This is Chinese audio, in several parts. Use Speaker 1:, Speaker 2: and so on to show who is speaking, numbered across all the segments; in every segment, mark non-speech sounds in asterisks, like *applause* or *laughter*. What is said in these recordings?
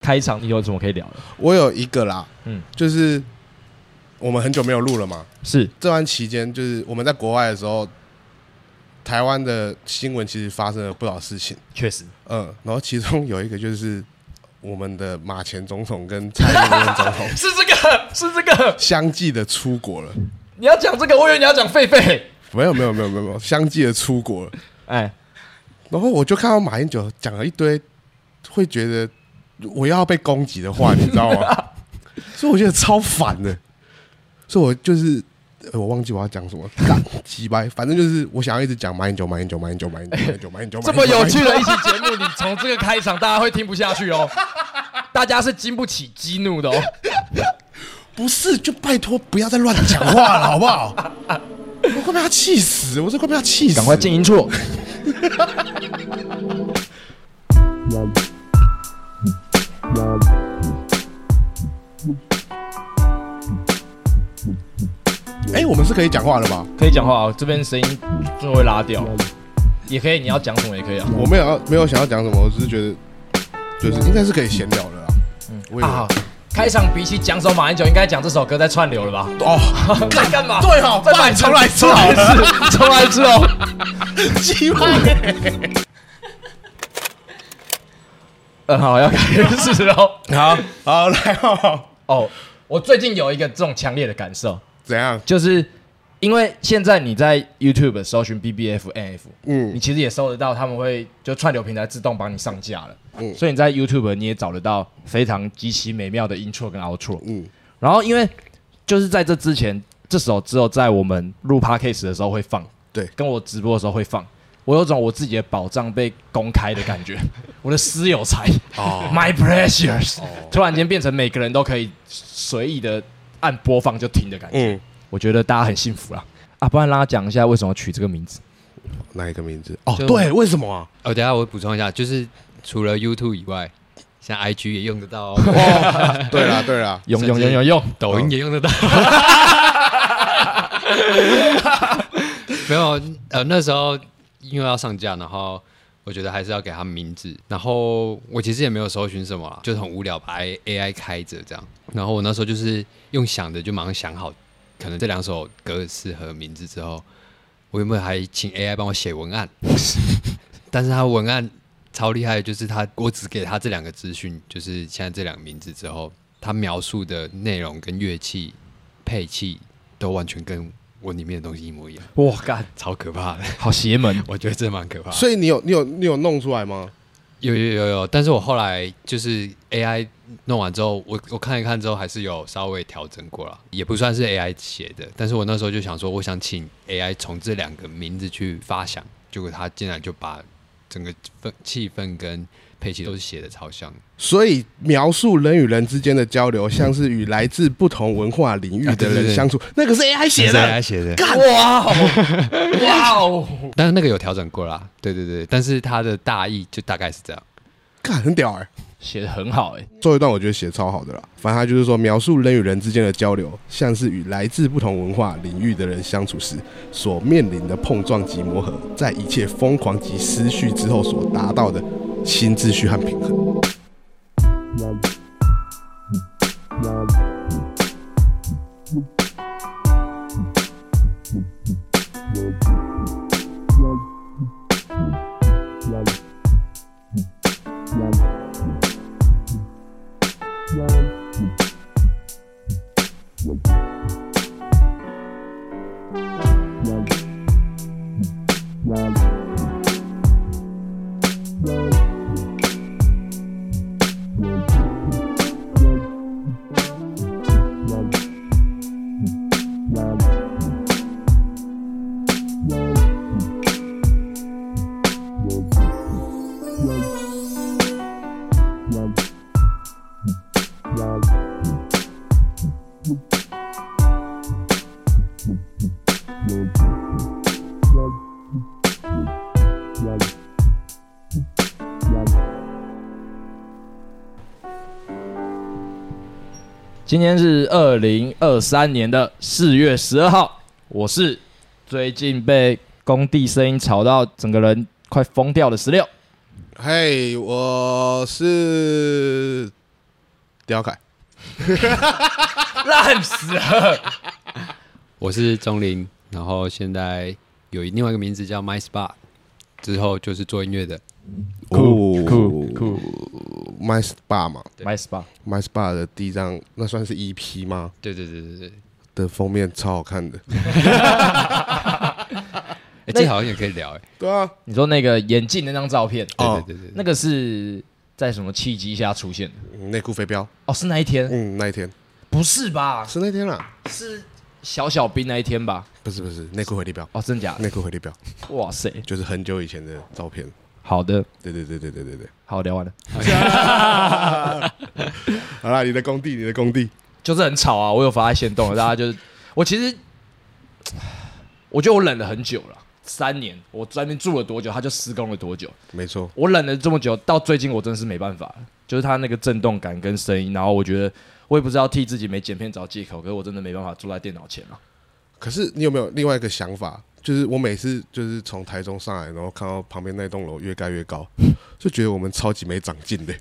Speaker 1: 开场，你有什么可以聊的？
Speaker 2: 我有一个啦，
Speaker 1: 嗯
Speaker 2: 嗯，就是我们很久没有录了嘛。
Speaker 1: 是
Speaker 2: 这段期间，就是我们在国外的时候，台湾的新闻其实发生了不少事情。
Speaker 1: 确实，
Speaker 2: 嗯，然后其中有一个就是我们的马前总统跟蔡英文总统 *laughs*
Speaker 1: 是这个，是这个。
Speaker 2: 相继的出国了。
Speaker 1: 你要讲这个，我以为你要讲狒狒。
Speaker 2: 没有没有没有没有没有，相继的出国了。
Speaker 1: 哎，
Speaker 2: 然后我就看到马英九讲了一堆会觉得我要被攻击的话，你知
Speaker 1: *laughs*
Speaker 2: 道吗？所以我觉得超烦的。所以我就是、呃我忘记我要讲什么，干鸡掰，反正就是我想要一直讲马英九，马英九，马英九，马英九，马英九，马英九，
Speaker 1: 这么有趣的一期节目，你从这个开场，大家会听不下去哦。 *laughs* 大家是经不起激怒的哦。
Speaker 2: 不是，就拜托不要再乱讲话了，好不好？我快被他气死，我这快被他气死！
Speaker 1: 赶快进音处。
Speaker 2: 哎、我们是可以讲话的吧？
Speaker 1: 可以讲话啊，这边声音就会拉掉，也可以，你要讲什么也可以啊。
Speaker 2: 我没有要没有想要讲什么，我只是觉得就是应该是可以闲聊的啦。嗯，我以为、
Speaker 1: 啊，开场比起讲首马英九，应该讲这首歌在串流了吧？
Speaker 2: 哦，
Speaker 1: *laughs* 在干嘛？
Speaker 2: 对哦
Speaker 1: 在买
Speaker 2: 爸重来一次
Speaker 1: 重来一次，重来一次哦。 *laughs*
Speaker 2: 鸡掰！
Speaker 1: 嗯，好，要开始喽。
Speaker 2: 好好来哦，
Speaker 1: 哦，我最近有一个这种强烈的感受，
Speaker 2: 怎样？
Speaker 1: 就是因为现在你在 YouTube 搜寻 BBF、NF，
Speaker 2: 嗯
Speaker 1: 你其实也搜得到，他们会就串流平台自动帮你上架了。
Speaker 2: 嗯
Speaker 1: 所以你在 YouTube 你也找得到非常极其美妙的 intro 跟 outro。
Speaker 2: 嗯
Speaker 1: 然后因为就是在这之前，这首只有在我们录 podcast 的时候会放，
Speaker 2: 对
Speaker 1: 跟我直播的时候会放。我有种我自己的宝藏被公开的感觉， *laughs* 我的私有财、 *laughs*
Speaker 2: 哦
Speaker 1: m y precious，、突然间变成每个人都可以随意的按播放就听的感觉。
Speaker 2: 嗯，
Speaker 1: 我觉得大家很幸福啦。啊，不然让他讲一下为什么取这个名字。
Speaker 2: 哪一个名字？哦，
Speaker 3: 就
Speaker 2: 对，为什么
Speaker 3: *laughs*
Speaker 2: 啊？
Speaker 3: 哦，等一下我补充一下，就是除了 YouTube 以外，像 IG 也用得到、哦，
Speaker 2: 哦，对啦对啦，
Speaker 1: 用
Speaker 3: 甚
Speaker 1: 用
Speaker 3: 至
Speaker 1: 用用用，
Speaker 3: 抖音也用得到。 *laughs* 没有，呃，那时候因为要上架，然后我觉得还是要给他名字。然后我其实也没有搜寻什么啦，就是很无聊，把 A AI 开着这样。然后我那时候就是用想的，就马上想好，可能这两首歌适合名字之后，我原本还请 AI 帮我写文案， *laughs* 但是他文案超厉害的，就是他我只给他这两个资讯，就是现在这两个名字之后，他描述的内容跟乐器配器都完全跟我里面的东西一模一样，
Speaker 1: 哦哇，干，
Speaker 3: 超可怕的。 *laughs*
Speaker 1: 好邪门。
Speaker 3: 我觉得这蛮可怕的。
Speaker 2: 所以你有你有你有弄出来吗？
Speaker 3: 有有有有，但是我后来就是 AI 弄完之后，我我看一看之后，还是有稍微调整过了，也不算是 AI 写的。但是我那时候就想说，我想请 AI 从这两个名字去发想，结果他竟然就把整个氛气氛跟配器都是写的超像。
Speaker 2: 所以描述人与人之间的交流，像是与来自不同文化领域
Speaker 3: 啊
Speaker 2: 的
Speaker 3: 对对
Speaker 2: 人
Speaker 3: 对
Speaker 2: 相处，那个是 AI 写
Speaker 3: 那是
Speaker 2: 的
Speaker 3: AI 写的，
Speaker 1: 哇
Speaker 3: *laughs*
Speaker 1: 哦，哇哦，
Speaker 3: 但是那个有调整过啦，对对对，但是它的大意就大概是这样。
Speaker 2: 干很屌哎、
Speaker 1: 写的很好哎、
Speaker 2: 最后一段我觉得写得超好的啦，反正他就是说描述人与人之间的交流，像是与来自不同文化领域的人相处时所面临的碰撞及磨合，在一切疯狂及失序之后所达到的新秩序和平衡。
Speaker 1: 今天是二零二三年的四月十二号，我是最近被工地声音吵到整个人快疯掉的十六。
Speaker 2: 嘿、我是李呃耀凯，
Speaker 1: 烂死了。
Speaker 3: 我是钟林，然后现在有另外一个名字叫 My Spa，之后就是做音乐的。
Speaker 1: 酷酷酷
Speaker 2: 哦，My Spa 嘛
Speaker 1: ，My Spa，
Speaker 2: ，My Spa 的第一张，那算是 EP 吗？
Speaker 3: 对对对对对，
Speaker 2: 的封面超好看的，
Speaker 3: 哎，这好像也可以聊哎。
Speaker 2: 对啊，
Speaker 1: 你说那个眼镜那张照片，
Speaker 2: 哦
Speaker 3: 对对对对，
Speaker 1: 那个是在什么契机下出现的？
Speaker 2: 嗯内裤飞镖，
Speaker 1: 哦，是那一天？
Speaker 2: 嗯，那一天
Speaker 1: 不是吧？
Speaker 2: 是那天啦，
Speaker 1: 是小小兵那一天吧？
Speaker 2: 不是不是内裤回力镖，
Speaker 1: 哦，真假的？
Speaker 2: 内裤回力镖
Speaker 1: 哇塞！
Speaker 2: 就是很久以前的照片，
Speaker 1: 好的，
Speaker 2: 对对对对对对对，
Speaker 1: 好聊完了，
Speaker 2: 好啦，你的工地，你的工地，
Speaker 1: 就是很吵啊，我有发在线动了，大家就是 *laughs* 我其实，我觉得我忍了很久了，三年，我在那边住了多久，他就施工了多久，
Speaker 2: 没错，
Speaker 1: 我忍了这么久，到最近我真的是没办法了，就是它那个震动感跟声音，然后我觉得我也不知道替自己没剪片找借口，可是我真的没办法坐在电脑前了。啊
Speaker 2: 可是你有没有另外一个想法？就是我每次就是从台中上来，然后看到旁边那栋楼越盖越 *laughs* 高，就觉得我们超级没长进的，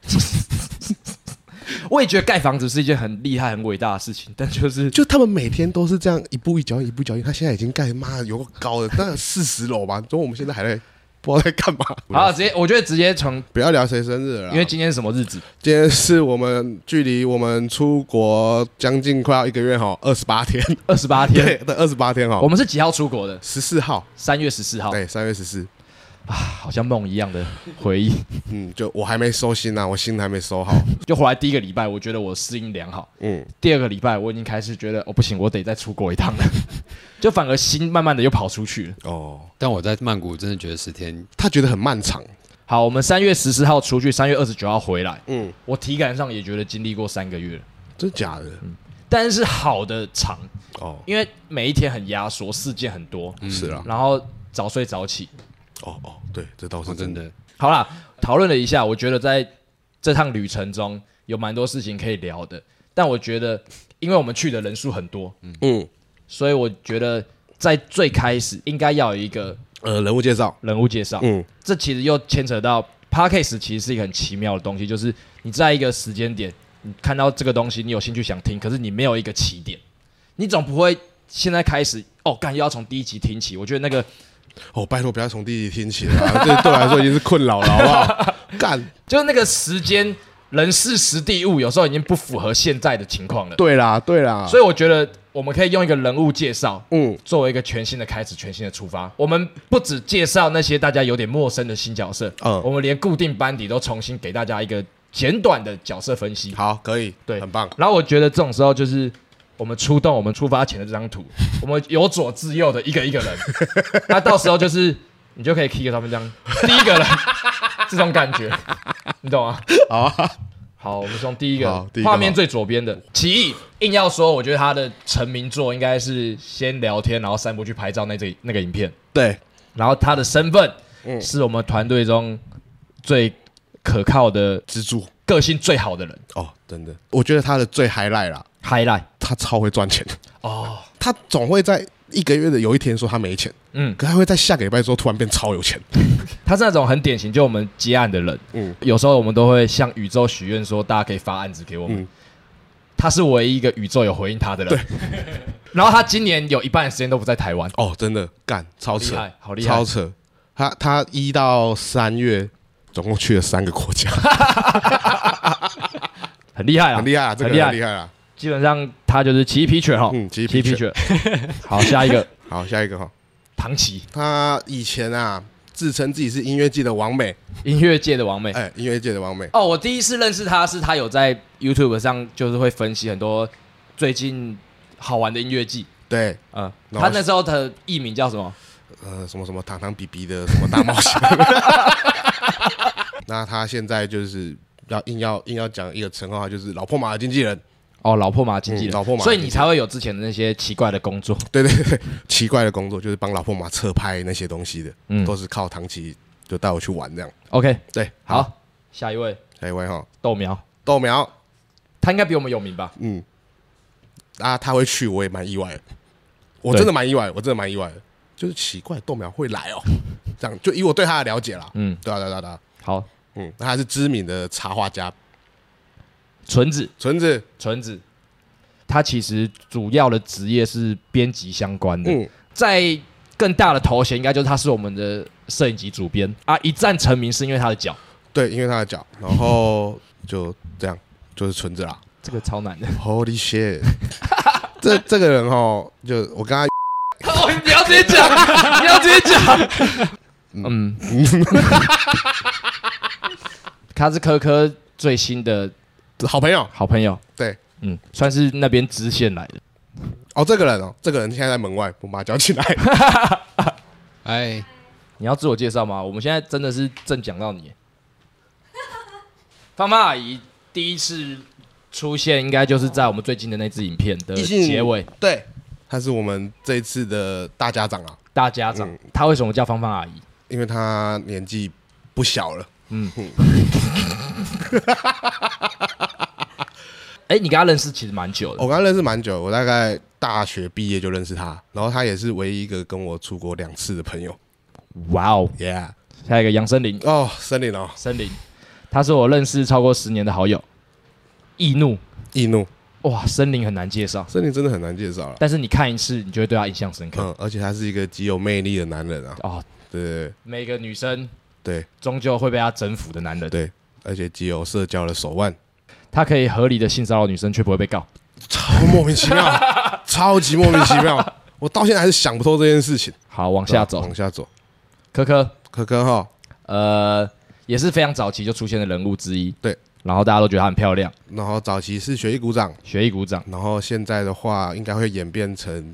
Speaker 1: 我也觉得盖房子是一件很厉害、很伟大的事情，但就是
Speaker 2: 就他们每天都是这样一步一脚印，一步一脚印。他现在已经盖妈的有个高的，那四十楼吧。所以我们现在还在不知道在干嘛。
Speaker 1: 好，直接我觉得直接从，
Speaker 2: 不要聊谁生日了啦，
Speaker 1: 因为今天是什么日子？
Speaker 2: 今天是我们距离我们出国将近快要一个月哈，二十八天，
Speaker 1: 二十八
Speaker 2: 对，
Speaker 1: 天，
Speaker 2: *laughs* 对，二十八天
Speaker 1: 我
Speaker 2: 哈，
Speaker 1: 们是几号出国的？
Speaker 2: 十四号，
Speaker 1: 三月十四号，
Speaker 2: 对，三月十四，
Speaker 1: 好像梦一样的回忆。 *laughs*
Speaker 2: 嗯，就我还没收心呐、啊，我心还没收好，
Speaker 1: 就回来第一个礼拜，我觉得我适应良好，
Speaker 2: 嗯，
Speaker 1: 第二个礼拜我已经开始觉得哦不行，我得再出国一趟了， *laughs* 就反而心慢慢的又跑出去了。
Speaker 2: 哦，
Speaker 3: 但我在曼谷真的觉得十天
Speaker 2: 他觉得很漫长，
Speaker 1: 好，我们三月十四号出去，三月二十九号回来。
Speaker 2: 嗯，
Speaker 1: 我体感上也觉得经历过三个月了，
Speaker 2: 真假的，
Speaker 1: 嗯但是好的长，
Speaker 2: 哦，
Speaker 1: 因为每一天很压缩，事件很多，
Speaker 2: 是啦，
Speaker 1: 然后早睡早起。
Speaker 2: 哦哦，对，这倒是
Speaker 3: 哦
Speaker 2: 真
Speaker 3: 真
Speaker 2: 的，
Speaker 3: 的，
Speaker 1: 好啦，讨论了一下，我觉得在这趟旅程中有蛮多事情可以聊的，但我觉得因为我们去的人数很多，
Speaker 2: 嗯，
Speaker 1: 所以我觉得在最开始应该要有一个
Speaker 2: 呃，人物介绍，
Speaker 1: 人物介绍。
Speaker 2: 嗯，
Speaker 1: 这其实又牵扯到 podcast，其实是一个很奇妙的东西，就是你在一个时间点，你看到这个东西，你有兴趣想听，可是你没有一个起点，你总不会现在开始哦，干又要从第一集听起。我觉得那个
Speaker 2: 哦，拜托不要从第一集听起来、啊， *laughs* 这对我来说已经是困扰了，好不好？ *laughs* 干，
Speaker 1: 就是那个时间、人事、时地、物，有时候已经不符合现在的情况了。
Speaker 2: 对啦，对啦，
Speaker 1: 所以我觉得我们可以用一个人物介绍。
Speaker 2: 嗯，
Speaker 1: 作为一个全新的开始，全新的出发，我们不只介绍那些大家有点陌生的新角色，
Speaker 2: 嗯
Speaker 1: 我们连固定班底都重新给大家一个简短的角色分析。
Speaker 2: 好，可以，
Speaker 1: 对
Speaker 2: 很棒，
Speaker 1: 然后我觉得这种时候就是我们出动，我们出发前的这张
Speaker 2: *laughs*
Speaker 1: 图，我们由左至右的一个一个人，那到时候就是你就可以 kick 他们这样，第一个
Speaker 2: *laughs*
Speaker 1: 人这种感觉，你懂吗？
Speaker 2: 好啊、
Speaker 1: 好，我们从第一个
Speaker 2: 好第一个
Speaker 1: 画面最左边的奇异，硬要说，我觉得他的成名作应该是先聊天，然后散步去拍照那这那个影片，
Speaker 2: 对，
Speaker 1: 然后他的身份
Speaker 2: 嗯
Speaker 1: 是我们团队中最可靠的、
Speaker 2: 蜘蛛，
Speaker 1: 个性最好的人
Speaker 2: 哦，真的，我觉得他的最 highlight 啦，
Speaker 1: ，highlight
Speaker 2: 他超会赚钱，
Speaker 1: 哦，
Speaker 2: 他总会在一个月的有一天说他没钱，
Speaker 1: 嗯。
Speaker 2: 可他会在下个礼拜之后突然变超有钱，
Speaker 1: 他是那种很典型，就我们接案的人，
Speaker 2: 嗯
Speaker 1: 有时候我们都会向宇宙许愿，说大家可以发案子给我们。
Speaker 2: 嗯
Speaker 1: 他是唯一一个宇宙有回应他的人。 *laughs* 然后他今年有一半的时间都不在台湾，
Speaker 2: 哦，真的，干，超
Speaker 1: 厉
Speaker 2: 扯，
Speaker 1: 害，好厉害
Speaker 2: 超！扯，他他一到三月。总共去了三个国家，
Speaker 1: 很厉害啊，
Speaker 2: 很厉害啊！这个
Speaker 1: 很厉害
Speaker 2: 很厉害啊！
Speaker 1: 基本上他就是奇异皮犬哈，
Speaker 2: 嗯奇异
Speaker 1: 皮
Speaker 2: 皮犬
Speaker 1: 犬。
Speaker 2: *laughs*
Speaker 1: 好，下一个
Speaker 2: 好，下一个哈，
Speaker 1: 唐奇，
Speaker 2: 他以前啊自称自己是音乐界的王美，
Speaker 1: 音乐界的王美。
Speaker 2: 哎，音乐界的王美，
Speaker 1: 哦，我第一次认识他是他有在 YouTube 上就是会分析很多最近好玩的音乐季。
Speaker 2: 对，
Speaker 1: 嗯，
Speaker 2: 然后
Speaker 1: 他那时候的艺名叫什么？
Speaker 2: 呃，什么什么糖糖比比的什么大冒险。 *laughs* 那他现在就是要硬要硬要讲一个称号，他就是老破马的经纪人。
Speaker 1: 哦，老破马经纪人，
Speaker 2: 嗯老破马
Speaker 1: 所以你才会有之前的那些奇怪的工作。
Speaker 2: 对对对，奇怪的工作就是帮老破马侧拍那些东西的，
Speaker 1: 嗯
Speaker 2: 都是靠唐琪就带我去玩这样。
Speaker 1: ，OK，
Speaker 2: 对，
Speaker 1: 好，，下一位
Speaker 2: 下一位哈，
Speaker 1: 豆苗，
Speaker 2: 豆苗，
Speaker 1: 他应该比我们有名吧？
Speaker 2: 嗯，啊，他会去，我也蛮意外的，我真的蛮意外的，我真的蛮意外的，就是奇怪豆苗会来哦，这样就以我对他的了解啦，
Speaker 1: 嗯，
Speaker 2: 对啊对啊对啊对啊，
Speaker 1: 好，
Speaker 2: 嗯，他是知名的插画家，
Speaker 1: 纯子，
Speaker 2: 纯子，
Speaker 1: 纯子，他其实主要的职业是编辑相关的，
Speaker 2: 嗯，
Speaker 1: 在更大的头衔应该就是他是我们的摄影集主编啊，一战成名是因为他的脚，
Speaker 2: 对，因为他的脚，然后就这样，就是纯子啦。
Speaker 1: 这个超难的。
Speaker 2: Holy shit！这这个人哦，就我跟他，
Speaker 1: 哦，你不要直接 *laughs* 讲，你不要直接讲。嗯， *laughs* 他是科科最新的
Speaker 2: 好朋友
Speaker 1: 好朋友，
Speaker 2: 对，
Speaker 1: 嗯，算是那边支线来的。
Speaker 2: 哦，这个人哦，这个人现在在门外，我把他叫进来。 *laughs*
Speaker 3: 哎，
Speaker 1: 你要自我介绍吗？我们现在真的是正讲到你。 *laughs* 芳芳阿姨第一次出现，应该就是在我们最近的那支影片的
Speaker 2: 异性
Speaker 1: 结尾。
Speaker 2: 对，他是我们这一次的大家长啊，
Speaker 1: 大家长，她为什么叫芳芳阿姨？
Speaker 2: 因为他年纪不小了。
Speaker 1: 哎、你跟她认识其实蛮久的。
Speaker 2: 我跟他认识蛮久，我大概大学毕业就认识他，然后他也是唯一一个跟我出国两次的朋友。
Speaker 1: 哇哦，
Speaker 2: Yeah，
Speaker 1: 下一个杨森林，
Speaker 2: 哦，森林哦，
Speaker 1: 森林，他是我认识超过十年的好友。易怒，
Speaker 2: 易怒，
Speaker 1: 哇，森林很难介绍，
Speaker 2: 森林真的很难介绍了。
Speaker 1: 但是你看一次，你就会对他印象深刻。
Speaker 2: 嗯，而且他是一个极有魅力的男人啊，
Speaker 1: 哦，
Speaker 2: 对对
Speaker 1: 每个女生
Speaker 2: 对
Speaker 1: 终究会被他征服的男人，
Speaker 2: 对，而且极有社交的手腕，
Speaker 1: 他可以合理的性骚扰女生，却不会被告。
Speaker 2: 超莫名其妙， *laughs* 超级莫名其妙，我到现在还是想不透这件事情。
Speaker 1: 好，往下走
Speaker 2: 啊往，下走，
Speaker 1: 科科，
Speaker 2: 可可哈，
Speaker 1: 呃，也是非常早期就出现的人物之一。
Speaker 2: 对，
Speaker 1: 然后大家都觉得她很漂亮，
Speaker 2: 然后早期是学艺鼓掌，
Speaker 1: 学艺鼓掌。
Speaker 2: 然后现在的话应该会演变成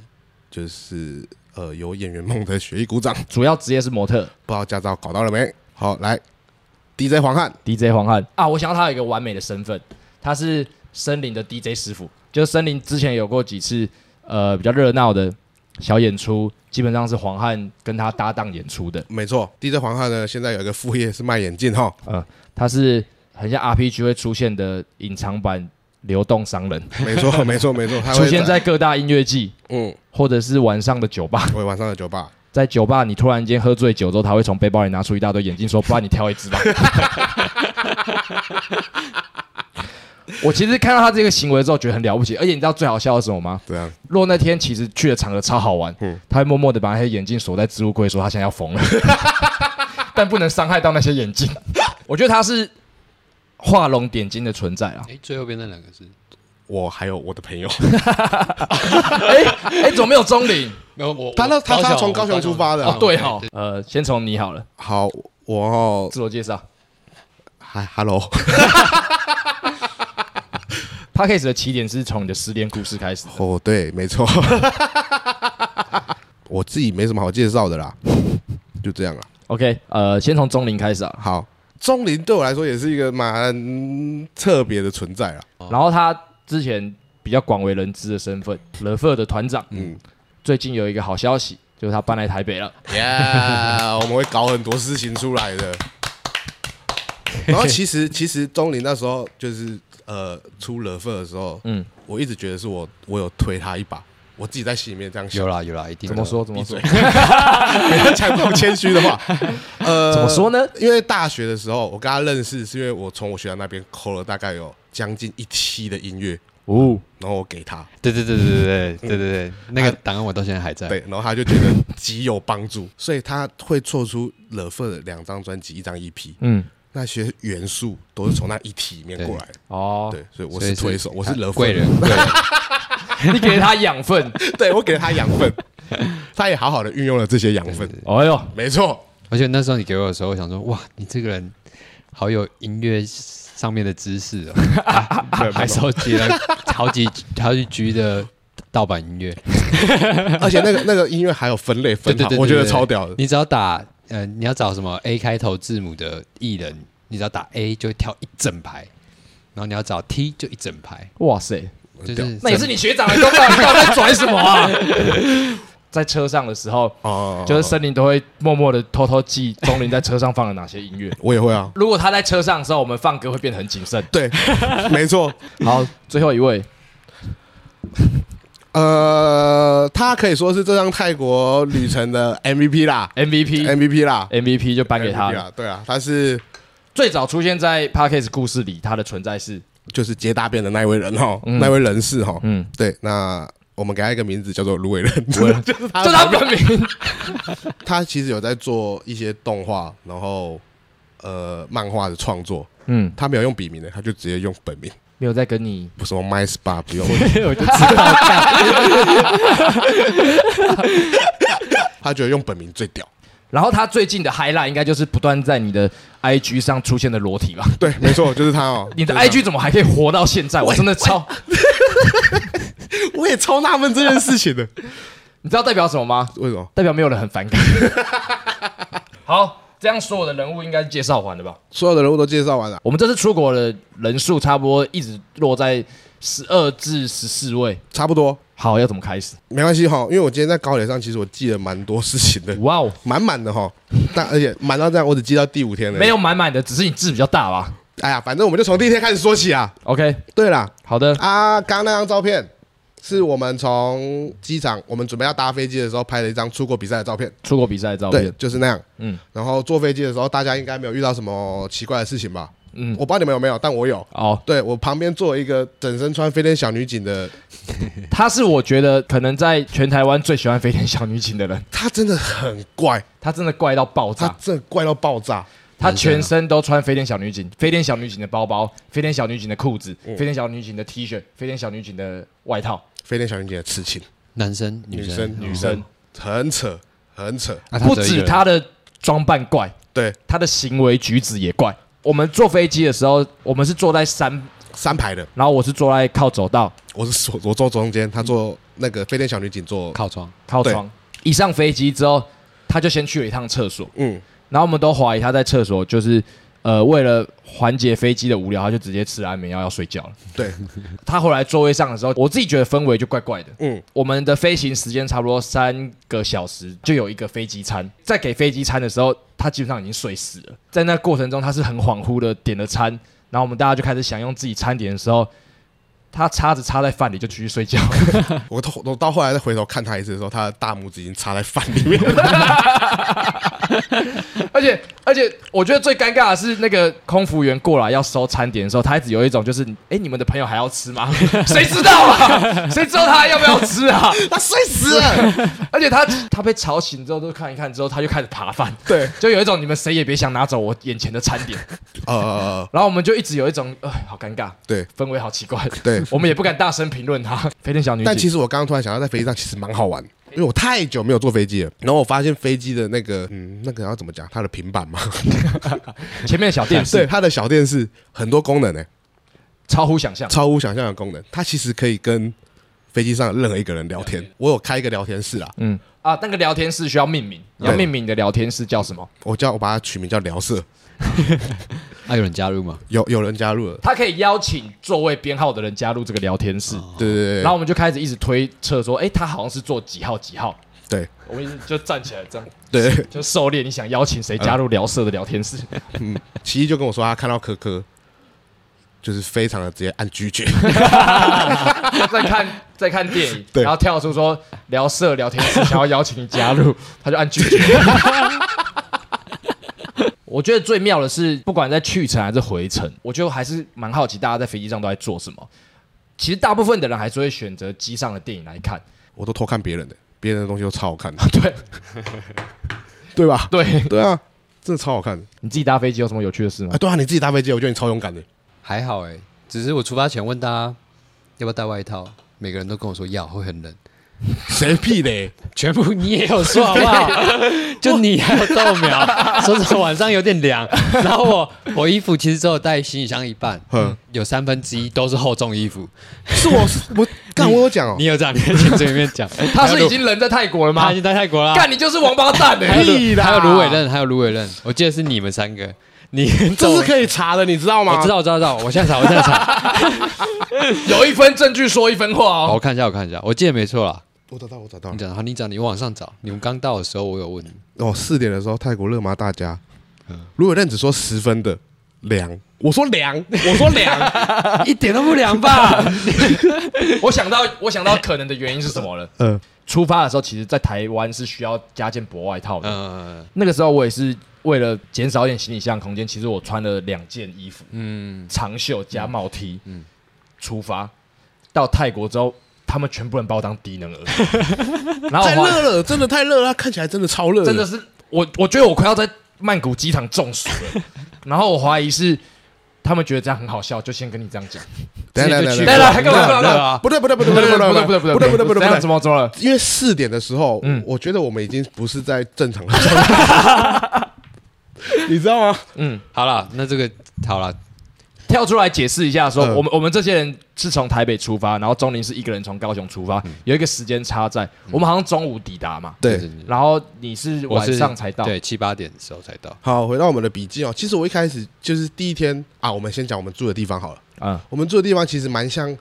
Speaker 2: 就是呃有演员梦的学艺鼓掌，
Speaker 1: 主要职业是模特
Speaker 2: 不知道驾照搞到了没？好，来 DJ 黄汉，
Speaker 1: DJ 黄汉啊，我想到他有一个完美的身份，他是森林的 DJ 师傅，就是森林之前有过几次呃比较热闹的小演出，基本上是黄汉跟他搭档演出的，
Speaker 2: 没错，DJ 黄汉呢现在有一个副业是卖眼镜 *laughs* 哈，
Speaker 1: 他是很像 RPG 会出现的隐藏版流动商人，
Speaker 2: 没错没错没错，他会
Speaker 1: 出现在各大音乐季
Speaker 2: 嗯，
Speaker 1: 或者是晚上的酒吧。
Speaker 2: 我晚上的酒吧，
Speaker 1: 在酒吧，你突然间喝醉酒之后，他会从背包里拿出一大堆眼镜，说：“不然你挑一只吧。” *laughs* 我其实看到他这个行为之后，觉得很了不起。而且你知道最好笑的是什么吗？
Speaker 2: 这样
Speaker 1: 若那天其实去的场合超好玩，
Speaker 2: 嗯
Speaker 1: 他会默默的把那些眼镜锁在置物柜，说他现在要疯了， *laughs* 但不能伤害到那些眼镜。 *laughs* 我觉得他是画龙点睛的存在啊！
Speaker 3: 哎，最右边那两个字，
Speaker 2: 我还有我的朋友，
Speaker 1: 哎哎，怎么没有钟灵？
Speaker 3: 没有我，
Speaker 2: 他那
Speaker 3: 我
Speaker 2: 他他从
Speaker 3: 我
Speaker 2: 高雄出发的啊
Speaker 1: 哦，对哈、哦，呃，先从你好了，
Speaker 2: 好，我哦
Speaker 1: 自我介绍。
Speaker 2: 嗨 Hello，
Speaker 1: p a c k a g e 的起点是从你的失恋故事开始的。
Speaker 2: 哦对，没错， *laughs* 我自己没什么好介绍的啦，就这样啦。
Speaker 1: OK，呃，先从钟灵开始啊。
Speaker 2: 好，钟林对我来说也是一个蛮特别的存在啦。
Speaker 1: 然后他之前比较广为人知的身份 l e f e 的团长，嗯
Speaker 2: 嗯，
Speaker 1: 最近有一个好消息，就是他搬来台北了。
Speaker 2: Yeah，我们会搞很多事情出来
Speaker 1: *laughs*
Speaker 2: 的。然后其实其实钟林那时候就是呃出惹份的时候，
Speaker 1: 嗯
Speaker 2: 嗯，我一直觉得是我我有推他一把，我自己在心里面这样想
Speaker 3: 有。啦有啦，一定
Speaker 1: 怎么
Speaker 3: 的？
Speaker 1: 啊说？怎
Speaker 2: 闭
Speaker 1: 么说
Speaker 2: 嘴！？ *laughs* 不要讲这种谦虚的话。呃，
Speaker 1: 怎么说呢？
Speaker 2: 因为大学的时候，我跟他认识，是因为我从我学长那边抠了大概有将近一期的音乐，
Speaker 1: 哦，
Speaker 2: 然后我给他，
Speaker 3: 对对对对对对对对对，那个档案我到现在还在。
Speaker 2: 嗯对，然后他就觉得极有帮助， *laughs* 所以他会做出惹份的两张专辑、一张 EP，
Speaker 1: 嗯，
Speaker 2: 那些元素都是从那一体里面过来的。
Speaker 1: 哦，
Speaker 2: 对，所以我
Speaker 3: 所以
Speaker 2: 是推手，我是惹份
Speaker 3: 贵人，，贵人
Speaker 1: 你给他养 *laughs* 分。
Speaker 2: *laughs* 对我给了他养分， *laughs* 他也好好的运用了这些养分。
Speaker 1: 哎呦，
Speaker 2: 没错，
Speaker 3: 而且那时候你给我的时候，我想说，哇，你这个人好有音乐上面的知 *laughs* 识哦，
Speaker 2: 对没错
Speaker 3: 还收集了好几好几 G 的盗版音乐。
Speaker 2: 而且那个那个音乐还有分类
Speaker 3: *laughs* 对
Speaker 2: 分
Speaker 3: 对
Speaker 2: 好，
Speaker 3: 对，
Speaker 2: 我觉得
Speaker 3: 对对
Speaker 2: 超屌的。
Speaker 3: 你只要打呃，你要找什么 A 开头字母的艺人，你只要打 A 就会跳一整排，然后你要找 T 就一整排，
Speaker 1: 哇塞，
Speaker 3: 就
Speaker 2: 屌
Speaker 3: 是
Speaker 1: 那也是你学长的功劳，你到底在拽什么啊？ *laughs* 在车上的时候，
Speaker 2: 哦，
Speaker 1: 就是森林都会默默的偷偷记钟林在车上放了哪些音乐。
Speaker 2: 我也会啊，
Speaker 1: 如果他在车上的时候，我们放歌会变得很谨慎。
Speaker 2: 对， *laughs* 没错。
Speaker 1: 好，最后一位，
Speaker 2: 呃，他可以说是这趟泰国旅程的 MVP 啦
Speaker 1: MVP，MVP
Speaker 2: ，MVP 啦，
Speaker 1: 就颁给他
Speaker 2: MVP
Speaker 1: 了。
Speaker 2: 啦，对啊，他是
Speaker 1: 最早出现在 Parkes 故事里，他的存在是
Speaker 2: 就是接大便的那一位人哈，那位人士哈，
Speaker 1: 嗯，
Speaker 2: 对，那我们给他一个名字叫做芦苇人，就是他
Speaker 1: 就他本名，
Speaker 2: 他其实有在做一些动画，然后呃漫画的创作，
Speaker 1: 嗯，
Speaker 2: 他没有用笔名的，他就直接用本名，
Speaker 1: *laughs* 没有在跟你，
Speaker 2: 不什么 My Spa
Speaker 1: *laughs*
Speaker 2: 不用， *laughs*
Speaker 1: 我就知道，
Speaker 2: 他觉得用本名最屌。
Speaker 1: *laughs* 然后他最近的 highlight 应该就是不断在你的 IG 上出现的裸体吧？ *laughs*
Speaker 2: 对，没错，就是他哦。
Speaker 1: 你的哎
Speaker 2: 就是
Speaker 1: IG
Speaker 2: 他
Speaker 1: 怎么还可以活到现在？我真的超，
Speaker 2: 我也超纳闷这件事情的，
Speaker 1: *laughs* 你知道代表什么吗？
Speaker 2: 为什么？
Speaker 1: 代表没有人很反感。 *laughs* 好，这样所有的人物应该介绍完了吧？
Speaker 2: 所有的人物都介绍完了，
Speaker 1: 我们这次出国的人数差不多一直落在十二至十四位。
Speaker 2: 差不多
Speaker 1: 好，要怎么开始？
Speaker 2: 没关系哈，因为我今天在高铁上，其实我记了蛮多事情的，
Speaker 1: 哇哦，
Speaker 2: 满满的哈。但而且满到这样，我只记到第五天了。
Speaker 1: 没有，满满的，只是你字比较大吧
Speaker 2: 哎呀，反正我们就从第一天开始说起啊。
Speaker 1: ？OK，
Speaker 2: 对啦，
Speaker 1: 好的，
Speaker 2: 啊，刚刚那张照片是我们从机场，我们准备要搭飞机的时候拍的一张出国比赛的照片。
Speaker 1: 出国比赛的照
Speaker 2: 对
Speaker 1: 片，，
Speaker 2: 就是那样。
Speaker 1: 嗯
Speaker 2: 然后坐飞机的时候，大家应该没有遇到什么奇怪的事情吧？
Speaker 1: 嗯，
Speaker 2: 我不知道你们有没有，但我有。
Speaker 1: 哦，
Speaker 2: 对我旁边坐了一个整身穿飞天小女警
Speaker 1: 嗯
Speaker 2: 的，
Speaker 1: 她是我觉得可能在全台湾最喜欢飞天小女警的人，
Speaker 2: 她真的很怪，
Speaker 1: 她真的怪到爆
Speaker 2: 她
Speaker 1: 炸，
Speaker 2: 真的怪到爆炸。
Speaker 1: 她全身都穿飞天小女警，飞天小女警的包包，飞天小女警的裤子，
Speaker 3: 嗯
Speaker 1: 飞天小女警的 T 恤，飞天小女警的外套，
Speaker 2: 飞天小女警的刺青，
Speaker 3: 男生、
Speaker 2: 女
Speaker 3: 生哦
Speaker 2: 生、
Speaker 1: 女生
Speaker 2: 很扯，很扯。
Speaker 3: 啊他
Speaker 1: 不
Speaker 3: 只有一个
Speaker 1: 止
Speaker 3: 人
Speaker 1: 她的装扮怪，
Speaker 2: 对，
Speaker 1: 她的行为举止也怪。我们坐飞机的时候，我们是坐在山，
Speaker 2: 三排的，
Speaker 1: 然后我是坐在靠走道、
Speaker 2: 我是 *laughs* 我我坐中间，她坐那个飞天小女警坐，
Speaker 3: 靠窗，
Speaker 1: 靠窗。一上飞机之后，她就先去了一趟厕所，
Speaker 2: 嗯，
Speaker 1: 然后我们都怀疑他在厕所，就是呃，为了缓解飞机的无聊，他就直接吃安眠药要睡觉了。
Speaker 2: 对，
Speaker 1: 他回来座位上的时候，我自己觉得氛围就怪怪的。
Speaker 2: 嗯，
Speaker 1: 我们的飞行时间差不多三个小时，就有一个飞机餐。在给飞机餐的时候，他基本上已经睡死了。在那过程中，他是很恍惚的点了餐，然后我们大家就开始享用自己餐点的时候，他叉子插在饭里就继续睡觉。
Speaker 2: 我到我到后来再回头看她一次的时候，她的大拇指已经插在饭里面 *laughs* 了。
Speaker 1: 而且而且，我觉得最尴尬的是那个空服员过来要收餐点的时候，他一直有一种就是，哎、你们的朋友还要吃吗？谁知道啊？谁知道他还要不要吃啊？
Speaker 2: 他睡死了。
Speaker 1: 而且他 *sniffs* 他被吵醒之后，都看一看之后，他就开始扒饭，
Speaker 2: 对，
Speaker 1: *laughs* 就有一种你们谁也别想拿走我眼前的餐点。
Speaker 2: 呃，
Speaker 1: 然后我们就一直有一种，哎、好尴尬，
Speaker 2: 对
Speaker 1: 氛围好奇怪，
Speaker 2: 对。
Speaker 1: 我们也不敢大声评论
Speaker 2: *laughs*
Speaker 1: 他。飞天小女
Speaker 2: 但
Speaker 1: 警
Speaker 2: 其实我刚刚突然想到，在飞机上其实蛮好玩，因为我太久没有坐飞机了。然后我发现飞机的那个，嗯，那个要怎么讲？它的平板嘛，
Speaker 1: 前面的小电
Speaker 2: 对，
Speaker 1: 视
Speaker 2: *laughs* 它的小电视很多功能欸呢、
Speaker 1: 超乎想象，
Speaker 2: 超乎想象的功能。它其实可以跟飞机上任何一个人聊
Speaker 3: 嗯
Speaker 2: 天。我有开一个聊天室啦，
Speaker 1: 嗯啊，那个聊天室需要命名，你要
Speaker 2: 对
Speaker 1: 命名你的聊天室叫什么？
Speaker 2: 我叫我把它取名叫聊社，
Speaker 3: 啊，有人加入吗？
Speaker 2: 有有人加入了。
Speaker 1: 他可以邀请座位编号的人加入这个聊天室，
Speaker 2: 对对对
Speaker 1: 然后
Speaker 2: 对
Speaker 1: 我们就开始一直推测说，诶，他好像是坐几号几号，
Speaker 2: 对
Speaker 1: 我们一直就站起来这样，
Speaker 2: 对对， *laughs*
Speaker 1: 就狩猎你想邀请谁
Speaker 2: 嗯
Speaker 1: 加入聊社的聊天室，
Speaker 2: 奇艺就跟我说他看到科科，就是非常的直接按拒
Speaker 3: *laughs*
Speaker 2: 绝。
Speaker 1: *laughs* 在看在看电影，
Speaker 2: 对
Speaker 1: 然后跳出说聊社聊天室想要邀请你加入，他就按拒绝。我觉得最妙的是，不管在去程还是回程，我就还是蛮好奇大家在飞机上都在做什么。其实大部分的人还是会选择机上的电影来看，
Speaker 2: 我都偷看别人的，别人的东西都超好看
Speaker 3: 啊
Speaker 2: 的，
Speaker 1: 对
Speaker 2: *laughs* 对吧？
Speaker 1: 对，
Speaker 2: 对啊，真的超好看的。
Speaker 3: 嗯
Speaker 1: 你自己搭飞机有什么有趣的事吗
Speaker 2: 啊，？对啊，你自己搭飞机，我觉得你超勇敢的。
Speaker 3: 还好哎、只是我出发前问大家要不要带外套，每个人都跟我说要，会很冷。
Speaker 2: 谁屁嘞？
Speaker 3: 全部你也
Speaker 2: *laughs*
Speaker 3: 有说好不好？ *laughs* 就你还有豆苗，说是晚上有
Speaker 2: *laughs*
Speaker 3: 点凉。然后我我衣服其实只有带行李箱一半，
Speaker 2: 嗯
Speaker 3: 有三分之一都是厚重衣服。
Speaker 2: 是我，我干我有讲哦
Speaker 3: 你，有这样你在群组里面
Speaker 2: *laughs*
Speaker 3: 讲，
Speaker 1: 他是已经人在泰国了吗
Speaker 3: 他已？经在泰国啦。
Speaker 1: 干，你就是王八蛋
Speaker 3: 还有
Speaker 1: 哎！
Speaker 2: 屁
Speaker 3: 芦
Speaker 2: 啦
Speaker 3: 还有芦苇刃，还有芦苇刃，我记得是你们三个，你
Speaker 2: *laughs* 这是可以查的，你知道吗？
Speaker 3: 我知道，我知道，我知道，我现在查，我现
Speaker 2: *laughs*
Speaker 3: 在查，
Speaker 1: 有一分证据说一分话哦。
Speaker 3: 好，我看一下，我看一下，我记得没错啦。
Speaker 2: 我找到，我找到
Speaker 3: 你。讲，好，你讲，你往上找。你们刚到的时候，我有问你，
Speaker 2: 哦，四点的时候，泰国热麻大家，如果认只说十分的凉，我说凉，我说凉，
Speaker 3: 一点都不凉吧？
Speaker 1: 我想到，我想到可能的原因是什么了？
Speaker 2: 嗯，
Speaker 1: 出发的时候，其实在台湾是需要加件薄外套的。
Speaker 3: 嗯
Speaker 1: 那个时候我也是为了减少一点行李箱的空间，其实我穿了两件衣服，
Speaker 3: 嗯，
Speaker 1: 长袖加帽 T，
Speaker 3: 嗯嗯
Speaker 1: 出发到泰国之后，他们全部人把我当低能儿，然后
Speaker 2: 太
Speaker 1: 我花
Speaker 2: 热了，真的太热了，它看起来真的超热，
Speaker 1: 真的是我，我觉得我快要在曼谷机场中暑了，然后我怀疑是。他们觉得这样很好笑，就先跟你这样讲。
Speaker 2: 等一下。
Speaker 3: 自
Speaker 2: 等
Speaker 3: 己
Speaker 2: 一下等
Speaker 3: 就去
Speaker 1: 来
Speaker 2: 一下
Speaker 1: 来，还干嘛？干嘛干嘛
Speaker 3: 啊，
Speaker 2: 不对不对不对不对不对对不对不对不对不
Speaker 1: 怎样
Speaker 2: 对
Speaker 1: 怎，么怎么了？
Speaker 2: 因为四点的时候，
Speaker 1: 嗯
Speaker 2: 我觉得我们已经不是在正常的状态，你知道吗？
Speaker 1: 嗯，
Speaker 3: 好了，那这个好了，
Speaker 1: 跳出来解释一下说，
Speaker 2: 嗯
Speaker 1: 我们我们这些人是从台北出发，然后钟林是一个人从高雄出发，有一个时间差在，我们好像中午抵达嘛，
Speaker 2: 对
Speaker 3: 就是，
Speaker 1: 然后你是
Speaker 3: 嗯我
Speaker 1: 晚
Speaker 3: 是
Speaker 1: 上才到，
Speaker 3: 对，七八点的时候才到。
Speaker 2: 好，回到我们的笔记哦。其实我一开始就是第一天啊，我们先讲我们住的地方好了。
Speaker 1: 嗯，
Speaker 2: 我们住的地方其实蛮像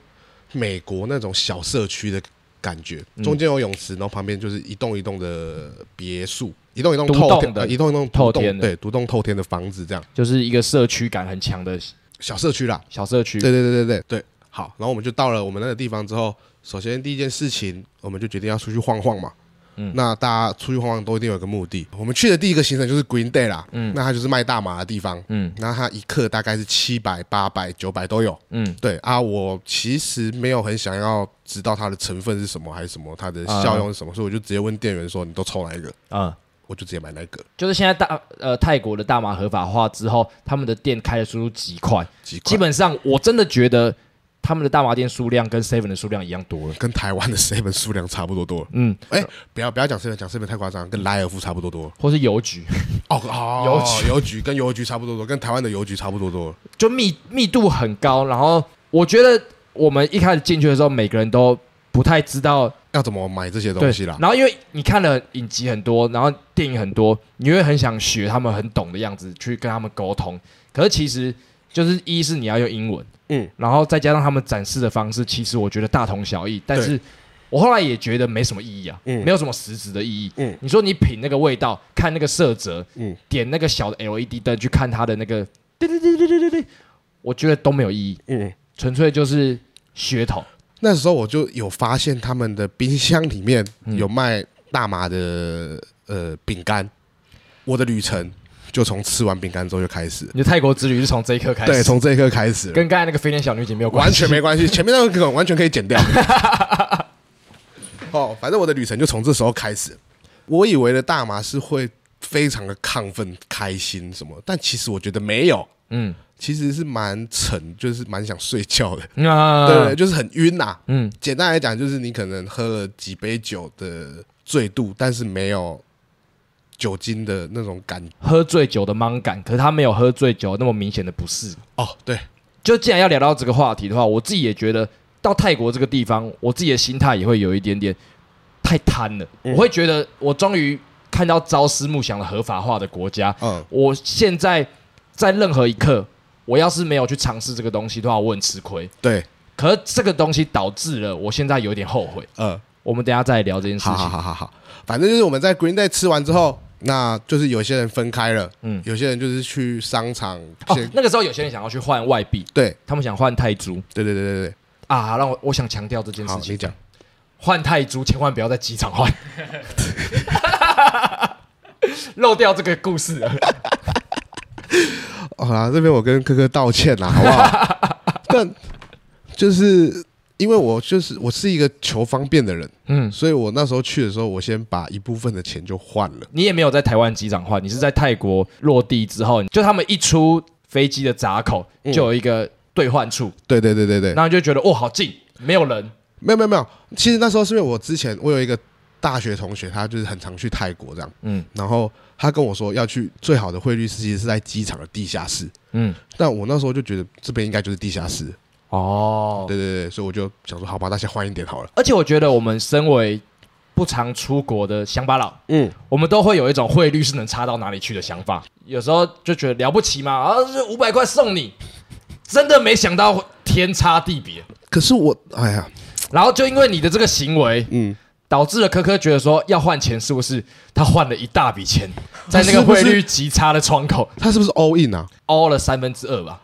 Speaker 2: 美国那种小社区的感觉，
Speaker 1: 嗯
Speaker 2: 中间有泳池，然后旁边就是一栋一栋的别墅，一栋一栋
Speaker 1: 独
Speaker 2: 透
Speaker 1: 栋
Speaker 2: 天
Speaker 1: 的
Speaker 2: 呃一栋一栋
Speaker 1: 透
Speaker 2: 独栋
Speaker 1: 天的
Speaker 2: 对，独栋透天的房子这样
Speaker 1: 就是一个社区感很强的
Speaker 2: 小社区啦。
Speaker 1: 小社区。
Speaker 2: 对对对对对对，好，然后我们就到了我们那个地方之后，首先第一件事情，我们就决定要出去晃晃嘛。
Speaker 1: 嗯
Speaker 2: 那大家出去晃晃都一定有一个目的。我们去的第一个行程就是 Green Day 啦，
Speaker 1: 嗯
Speaker 2: 那它就是卖大麻的地方，
Speaker 1: 嗯
Speaker 2: 那它一克大概是七百、八百、九百都有。
Speaker 1: 嗯，
Speaker 2: 对啊，我其实没有很想要知道它的成分是什么，还是什么它
Speaker 1: 啊
Speaker 2: 的效用是什么，所以我就直接问店员说：“你都抽哪一个
Speaker 1: 嗯，？”
Speaker 2: 我就直接买那个，
Speaker 1: 就是现在大呃泰国的大麻合法化之后，他们的店开的速度极快，
Speaker 2: 几块
Speaker 1: 基本上我真的觉得他们的大麻店数量跟 Seven 的数量一样多了。
Speaker 2: 跟台湾的 *laughs* seven 数量差不多多了。
Speaker 1: 嗯，
Speaker 2: 哎、不要不要讲 seven，讲 seven 太夸张，跟莱尔夫差不多多了。
Speaker 1: 或是邮局，
Speaker 2: 哦，哦
Speaker 1: 邮
Speaker 2: 邮局跟邮局差不多多，跟台湾的邮局差不多多。
Speaker 1: 就密密度很高。然后我觉得我们一开始进去的时候，每个人都不太知道
Speaker 2: 要怎么买这些
Speaker 1: 对
Speaker 2: 东西啦？
Speaker 1: 然后因为你看了影集很多，然后电影很多，你会很想学他们很懂的样子去跟他们沟通。可是其实就是一是你要用英文，
Speaker 2: 嗯，
Speaker 1: 然后再加上他们展示的方式，其实我觉得大同小异，但是。我后来也觉得没什么意义啊，
Speaker 2: 嗯
Speaker 1: 没有什么实质的意义。
Speaker 2: 嗯
Speaker 1: 你说你品那个味道，看那个色泽，
Speaker 2: 嗯
Speaker 1: 点那个小的 LED 灯去看它的那个，对对对对对对对，我觉得都没有意义，
Speaker 2: 嗯，
Speaker 1: 纯粹就是噱头。
Speaker 2: 那时候我就有发现他们的冰箱里面
Speaker 1: 嗯
Speaker 2: 有卖大麻的呃饼干。我的旅程就从吃完饼干之后就开始了，
Speaker 1: 你的泰国之旅是从这一刻开始，
Speaker 2: 对，从这一刻开始了，
Speaker 1: 跟刚才那个飞天小女警没有关
Speaker 2: 完
Speaker 1: 系，
Speaker 2: 全没关系，前面那个完全可
Speaker 1: *laughs*
Speaker 2: 以剪掉。哦，反正我的旅程就从这时候开始。我以为的大麻是会非常的亢奋、开心什么，但其实我觉得没有。
Speaker 1: 嗯，
Speaker 2: 其实是蛮沉，就是蛮想睡觉的，
Speaker 1: 那
Speaker 2: 对对，就是很晕呐、
Speaker 1: 嗯
Speaker 2: 简单来讲，就是你可能喝了几杯酒的醉度，但是没有酒精的那种感觉。
Speaker 1: 喝醉酒的懵感，可是他没有喝醉酒那么明显的不适。
Speaker 2: 哦，对，
Speaker 1: 就既然要聊到这个话题的话，我自己也觉得到泰国这个地方，我自己的心态也会有一点点太贪了。我会觉得我终于看到朝思暮想的合法化的国家，
Speaker 2: 嗯，
Speaker 1: 我现在在任何一刻，我要是没有去尝试这个东西的话，我很吃亏。
Speaker 2: 对，
Speaker 1: 可是这个东西导致了我现在有点后悔。
Speaker 2: 呃，
Speaker 1: 我们等一下再聊这件事情。
Speaker 2: 好好好好好，反正就是我们在 Green Day 吃完之后，那就是有些人分开了，
Speaker 1: 嗯
Speaker 2: 有些人就是去商场先，
Speaker 1: 哦，那个时候有些人想要去换外币，
Speaker 2: 对
Speaker 1: 他们想换泰铢。
Speaker 2: 对对对对
Speaker 1: 啊，让我我想强调这件
Speaker 2: 对，
Speaker 1: 事
Speaker 2: 好，
Speaker 1: 情
Speaker 2: 你，讲，
Speaker 1: 换泰铢千万不要在机场换， *laughs* 漏掉这个故事了。
Speaker 2: 好啦，这边我跟科科道歉啦，好不好？ *laughs* 但就是因为我就是我是一个求方便的人，
Speaker 1: 嗯，
Speaker 2: 所以我那时候去的时候，我先把一部分的钱就换了。
Speaker 1: 你也没有在台湾机场换，你是在泰国落地之后，就他们一出飞机的闸口就有一个兑换处，
Speaker 2: 对对对对嗯对，
Speaker 1: 然后你就觉得哦好近，没有人，
Speaker 2: 没有没有没有，其实那时候是因为我之前我有一个大学同学，他就是很常去泰国这样，
Speaker 1: 嗯
Speaker 2: 然后他跟我说要去最好的汇率是其实是在机场的地下室，
Speaker 1: 嗯，
Speaker 2: 但我那时候就觉得这边应该就是地下室，
Speaker 1: 哦，
Speaker 2: 对对对，所以我就想说，好吧，那先换一点好了。
Speaker 1: 而且我觉得我们身为不常出国的乡巴佬，
Speaker 2: 嗯，
Speaker 1: 我们都会有一种汇率是能差到哪里去的想法，有时候就觉得了不起嘛，啊，这五百块送你，真的没想到天差地别。
Speaker 2: 可是我，哎呀，
Speaker 1: 然后就因为你的这个行为，
Speaker 2: 嗯，
Speaker 1: 导致了科科觉得说要换钱是不是？他换了一大笔钱，在那
Speaker 2: 是
Speaker 1: 个
Speaker 2: 不
Speaker 1: 汇
Speaker 2: 是
Speaker 1: 率极差的窗
Speaker 2: *laughs*
Speaker 1: 口
Speaker 2: 他是不是 all in 啊？
Speaker 1: 凹了三分之二吧。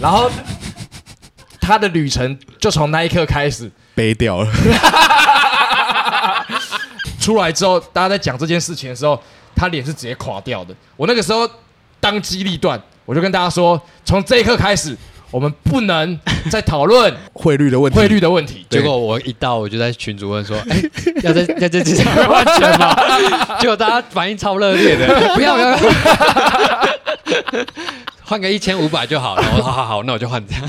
Speaker 1: 然后他的旅程就从那一刻开始，
Speaker 2: 背掉了。
Speaker 1: 出来之后，大家在讲这件事情的时候，他脸是直接垮掉的。我那个时候当机立断，我就跟大家说，从这一刻开始，我们不能再讨论
Speaker 2: 汇率的问题，
Speaker 1: 汇率的问
Speaker 2: *laughs*
Speaker 1: 题。
Speaker 3: 结果我一到，我就在群主问说：“哎、要在要在这上面花钱吗？”结果大家反应超热烈的，不要不要，不要换个一千五百就好了。我说：“好好好，那我就换这样。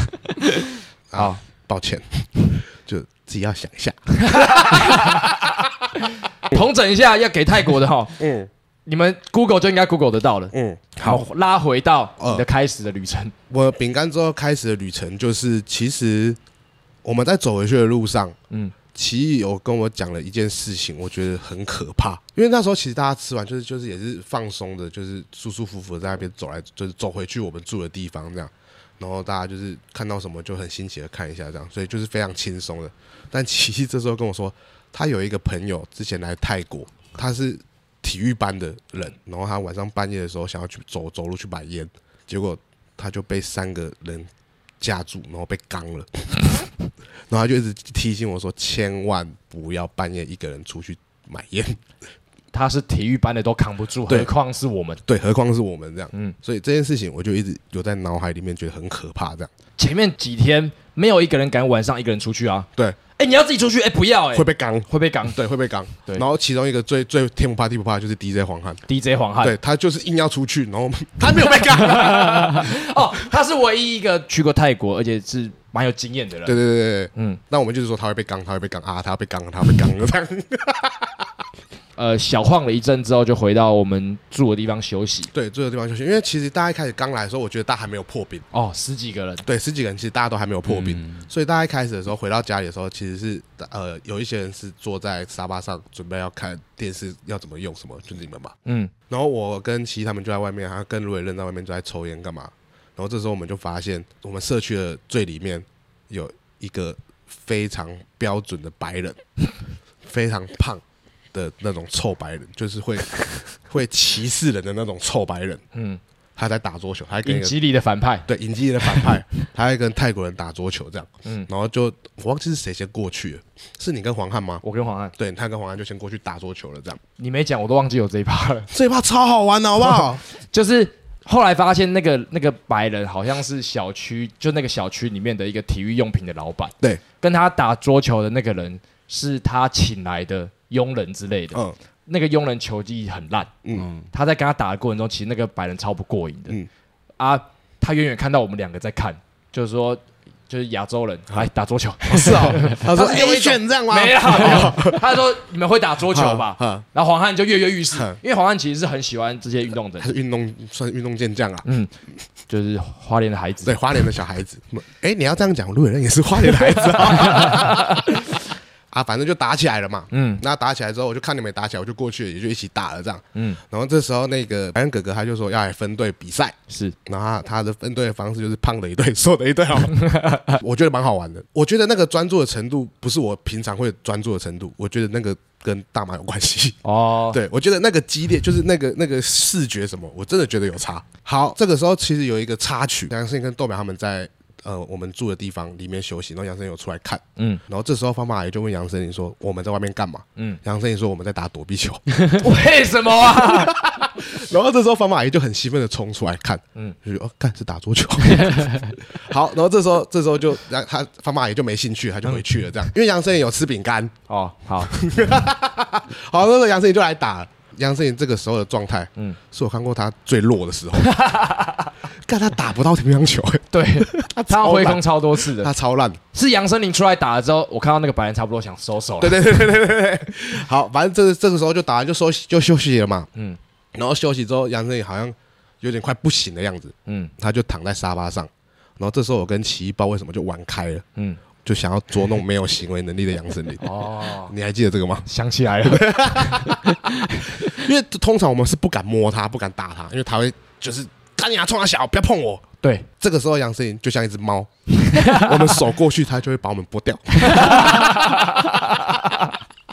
Speaker 1: 好，
Speaker 2: 抱歉， *laughs* 就自己要想一下。
Speaker 1: 统整一下，要给泰国的哈，
Speaker 2: 嗯
Speaker 1: 你们 Google 就应该 Google 得到了。
Speaker 2: 嗯，
Speaker 1: 好，拉回到
Speaker 2: 呃
Speaker 1: 你的开始的旅程，
Speaker 2: 我饼干之后开始的旅程就是，其实我们在走回去的路上，
Speaker 1: 嗯，
Speaker 2: 奇艺有跟我讲了一件事情，我觉得很可怕，因为那时候其实大家吃完就是就是也是放松的，就是舒舒服服的在那边走来，就是走回去我们住的地方这样，然后大家就是看到什么就很新奇的看一下这样，所以就是非常轻松的。但奇艺这时候跟我说，他有一个朋友之前来泰国，他是体育班的人，然后他晚上半夜的时候想要去走走路去买烟，结果他就被三个人架住，然后被刚了。 *laughs* 然后他就一直提醒我说，千万不要半夜一个人出去买烟。 *laughs*
Speaker 1: 他是体育班的都扛不住，
Speaker 2: 对
Speaker 1: 何况是我们。
Speaker 2: 对，何况是我们这样。
Speaker 1: 嗯
Speaker 2: 嗯，所以这件事情我就一直有在脑海里面觉得很可怕。这样
Speaker 1: 前面几天没有一个人敢晚上一个人出去啊。
Speaker 2: 对，
Speaker 1: 哎，你要自己出去，哎，不要，哎
Speaker 2: 会，被刚，
Speaker 1: 会被港
Speaker 2: 对，会被刚。
Speaker 1: 对
Speaker 2: 然后其中一个最最天不怕地不怕的就是 DJ 黄汉，
Speaker 1: DJ 黄汉。
Speaker 2: 对他就是硬要出去，
Speaker 1: *laughs*
Speaker 2: 然后他没有被刚。
Speaker 1: 哦，他是唯一一个去过泰国，而且是蛮有经验的人。
Speaker 2: 对对对对对，
Speaker 1: 嗯，
Speaker 2: 那我们就是说他会被刚，他会被刚啊，他被刚，他被
Speaker 1: *laughs*
Speaker 2: 刚这样。
Speaker 1: 呃，小晃了一阵之后，就回到我们住的地方休息。
Speaker 2: 对，这个地方休息，因为其实大家一开始刚来的时候，我觉得大家还没有破冰。
Speaker 1: 哦，十几个人，
Speaker 2: 对，十几个人其实大家都还没有破冰，所以大家一开始的时候回到家里的时候，其实是呃有一些人是坐在沙发上准备要看电视要怎么用什么，就是你们吧。
Speaker 1: 嗯，
Speaker 2: 然后我跟琪他们就在外面，然后跟卢伟任在外面就在抽烟干嘛。然后这时候我们就发现，我们社区的最里面有一个非常标准的白人， *laughs* 非常胖的那种臭白人，就是会 *laughs* 会歧视人的那种臭白人。
Speaker 1: 嗯
Speaker 2: 嗯，他在打桌球，他在跟一
Speaker 1: 影
Speaker 2: 个
Speaker 1: 集里的反派。
Speaker 2: 对，影集的反派，他还跟泰国人打桌球这样，
Speaker 1: 嗯
Speaker 2: 然后就我忘记是谁先过去了，是你跟黄汉吗？
Speaker 1: 我跟黄汉，
Speaker 2: 对，他跟黄汉就先过去打桌球了，这样
Speaker 1: 你没讲，我都忘记有这一趴了。
Speaker 2: 这一趴超好玩的，好不好？
Speaker 1: *laughs* 就是后来发现那个那个白人好像是小区，就那个小区里面的一个体育用品的老板，
Speaker 2: 对，
Speaker 1: 跟他打桌球的那个人是他请来的佣人之类的。
Speaker 2: 嗯，
Speaker 1: 那个佣人球技很烂，嗯
Speaker 2: 嗯，
Speaker 1: 他在跟他打的过程中，其实那个白人超不过瘾的，
Speaker 2: 嗯
Speaker 1: 啊，他远远看到我们两个在看，就是说，就是亚洲人来打桌球，
Speaker 2: 嗯 *laughs* 是哦，他说
Speaker 1: 他是
Speaker 2: A
Speaker 1: 用一种
Speaker 2: 选这样吗？
Speaker 1: *laughs* 没有，
Speaker 2: *laughs*
Speaker 1: 没有他说你们会打桌球吧
Speaker 2: 嗯嗯？
Speaker 1: 然后黄汉就跃跃欲试
Speaker 2: 嗯，
Speaker 1: 因为黄汉其实是很喜欢这些运动的
Speaker 2: *laughs* 他，是运动算运动健将啊，
Speaker 1: 就是花莲的孩
Speaker 2: 对，
Speaker 1: 子，
Speaker 2: 花莲的小孩子。哎，你要这样讲，陆伟人也是花莲的孩子啊。啊，反正就打起来了嘛。
Speaker 1: 嗯
Speaker 2: 嗯，那打起来之后，我就看你们打起来，我就过去了，也就一起打了这样。
Speaker 1: 嗯
Speaker 2: 嗯，然后这时候那个白人哥哥他就说要来分队比赛，
Speaker 1: 是
Speaker 2: 然后他他的分队的方式就是胖的一队，瘦的一队哦。
Speaker 1: *laughs*
Speaker 2: 我觉得蛮好玩的。我觉得那个专注的程度不是我平常会专注的程度，我觉得那个跟大麻有关系。
Speaker 1: 哦，
Speaker 2: 对，我觉得那个激烈就是那个那个视觉什么，我真的觉得有差。好，这个时候其实有一个插曲，杨森跟豆苗他们在呃我们住的地方里面休息，然后杨森有出来看，
Speaker 1: 嗯
Speaker 2: 然后这时候方法阿姨就问杨森林说：“我们在外面干嘛？”
Speaker 1: 嗯
Speaker 2: 嗯，杨森林说：“我们在打躲避球。”
Speaker 1: *laughs* 为什么啊？
Speaker 2: 然后这时候方法阿姨就很兴奋的冲出来看，
Speaker 1: 嗯
Speaker 2: 嗯，就说哦，看是打桌球。 *laughs* 好，然后这时候这时候就，然后他方法阿姨就没兴趣，他就回去了这
Speaker 1: 嗯
Speaker 2: 样。因为杨森也有吃饼干，
Speaker 1: 哦，好，
Speaker 2: 好，那时候杨森也就来打了。杨森也这个时候的状态，
Speaker 1: 嗯
Speaker 2: 嗯，是我看过他最弱的时候。 *laughs* 看他打不到乒乓球， *laughs*
Speaker 1: 对，他
Speaker 2: 超
Speaker 1: 挥
Speaker 2: 烂
Speaker 1: 空超多次的，
Speaker 2: 他超烂。
Speaker 1: 是杨森林出来打了之后，我看到那个白人差不多想收手了，
Speaker 2: 对对对对对对对。好，反正这个这个时候就打完就休息就休息了嘛，
Speaker 1: 嗯
Speaker 2: 嗯。然后休息之后，杨森也好像有点快不行的样子，
Speaker 1: 嗯
Speaker 2: 他就躺在沙发上。然后这时候我跟奇一不知道为什么就玩开了。
Speaker 1: 嗯，
Speaker 2: 就想要捉弄没有行为能力的杨森林。
Speaker 1: *laughs* 哦，
Speaker 2: 你还记得这个吗？
Speaker 1: 想起来了，
Speaker 2: 因为通常我们是不敢摸他，不敢打他，因为他会就是干你啊，冲他小，不要碰我。
Speaker 1: 对，
Speaker 2: 这个时候杨森林就像一只
Speaker 1: *laughs*
Speaker 2: 猫，我们手过去，他就会把我们拨掉。 *laughs*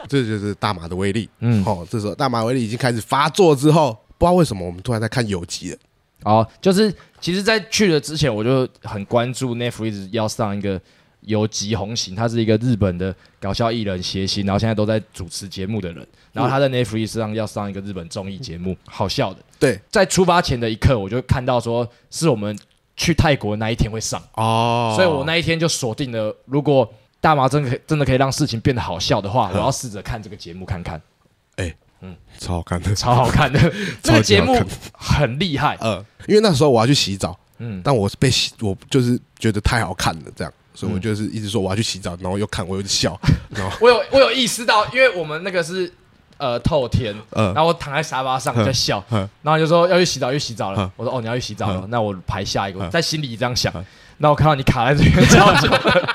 Speaker 2: 这就是大麻的威力。
Speaker 1: 嗯
Speaker 2: 嗯，哦，这时候大麻威力已经开始发作之后，不知道为什么我们突然在看有集了。
Speaker 1: 哦，就是其实，在去了之前，我就很关注 Netflix 要上一个由吉弘行，他是一个日本的搞笑艺人谐星，然后现在都在主持节目的人。然后他在 Netflix 上要上一个日本综艺节目，好笑的。
Speaker 2: 对
Speaker 1: 在出发前的一刻，我就看到说是我们去泰国那一天会上，
Speaker 2: 哦
Speaker 1: 所以我那一天就锁定了，如果大麻真的可以真的可以让事情变得好笑的话，我要试着看这个节目看看，
Speaker 2: 超好看的，
Speaker 1: 超好看
Speaker 2: *laughs*
Speaker 1: 的。这个节目很厉害，
Speaker 2: 呃，因为那时候我要去洗澡，
Speaker 1: 嗯，
Speaker 2: 但我是被洗，我就是觉得太好看了，这样，所以我
Speaker 1: 嗯
Speaker 2: 就是一直说我要去洗澡，然后又看我又
Speaker 1: *laughs*
Speaker 2: 笑，然后
Speaker 1: 我有我有意识到，因为我们那个是呃透天，
Speaker 2: 呃
Speaker 1: 然后我躺在沙发上
Speaker 2: 嗯
Speaker 1: 在笑，
Speaker 2: 嗯
Speaker 1: 然后就说要去洗澡，去洗澡
Speaker 2: 嗯
Speaker 1: 了。我说哦，你要去洗澡了
Speaker 2: 嗯，
Speaker 1: 那我排下一个，
Speaker 2: 嗯
Speaker 1: 我在心里这样想。那我看到你卡在这边超久了，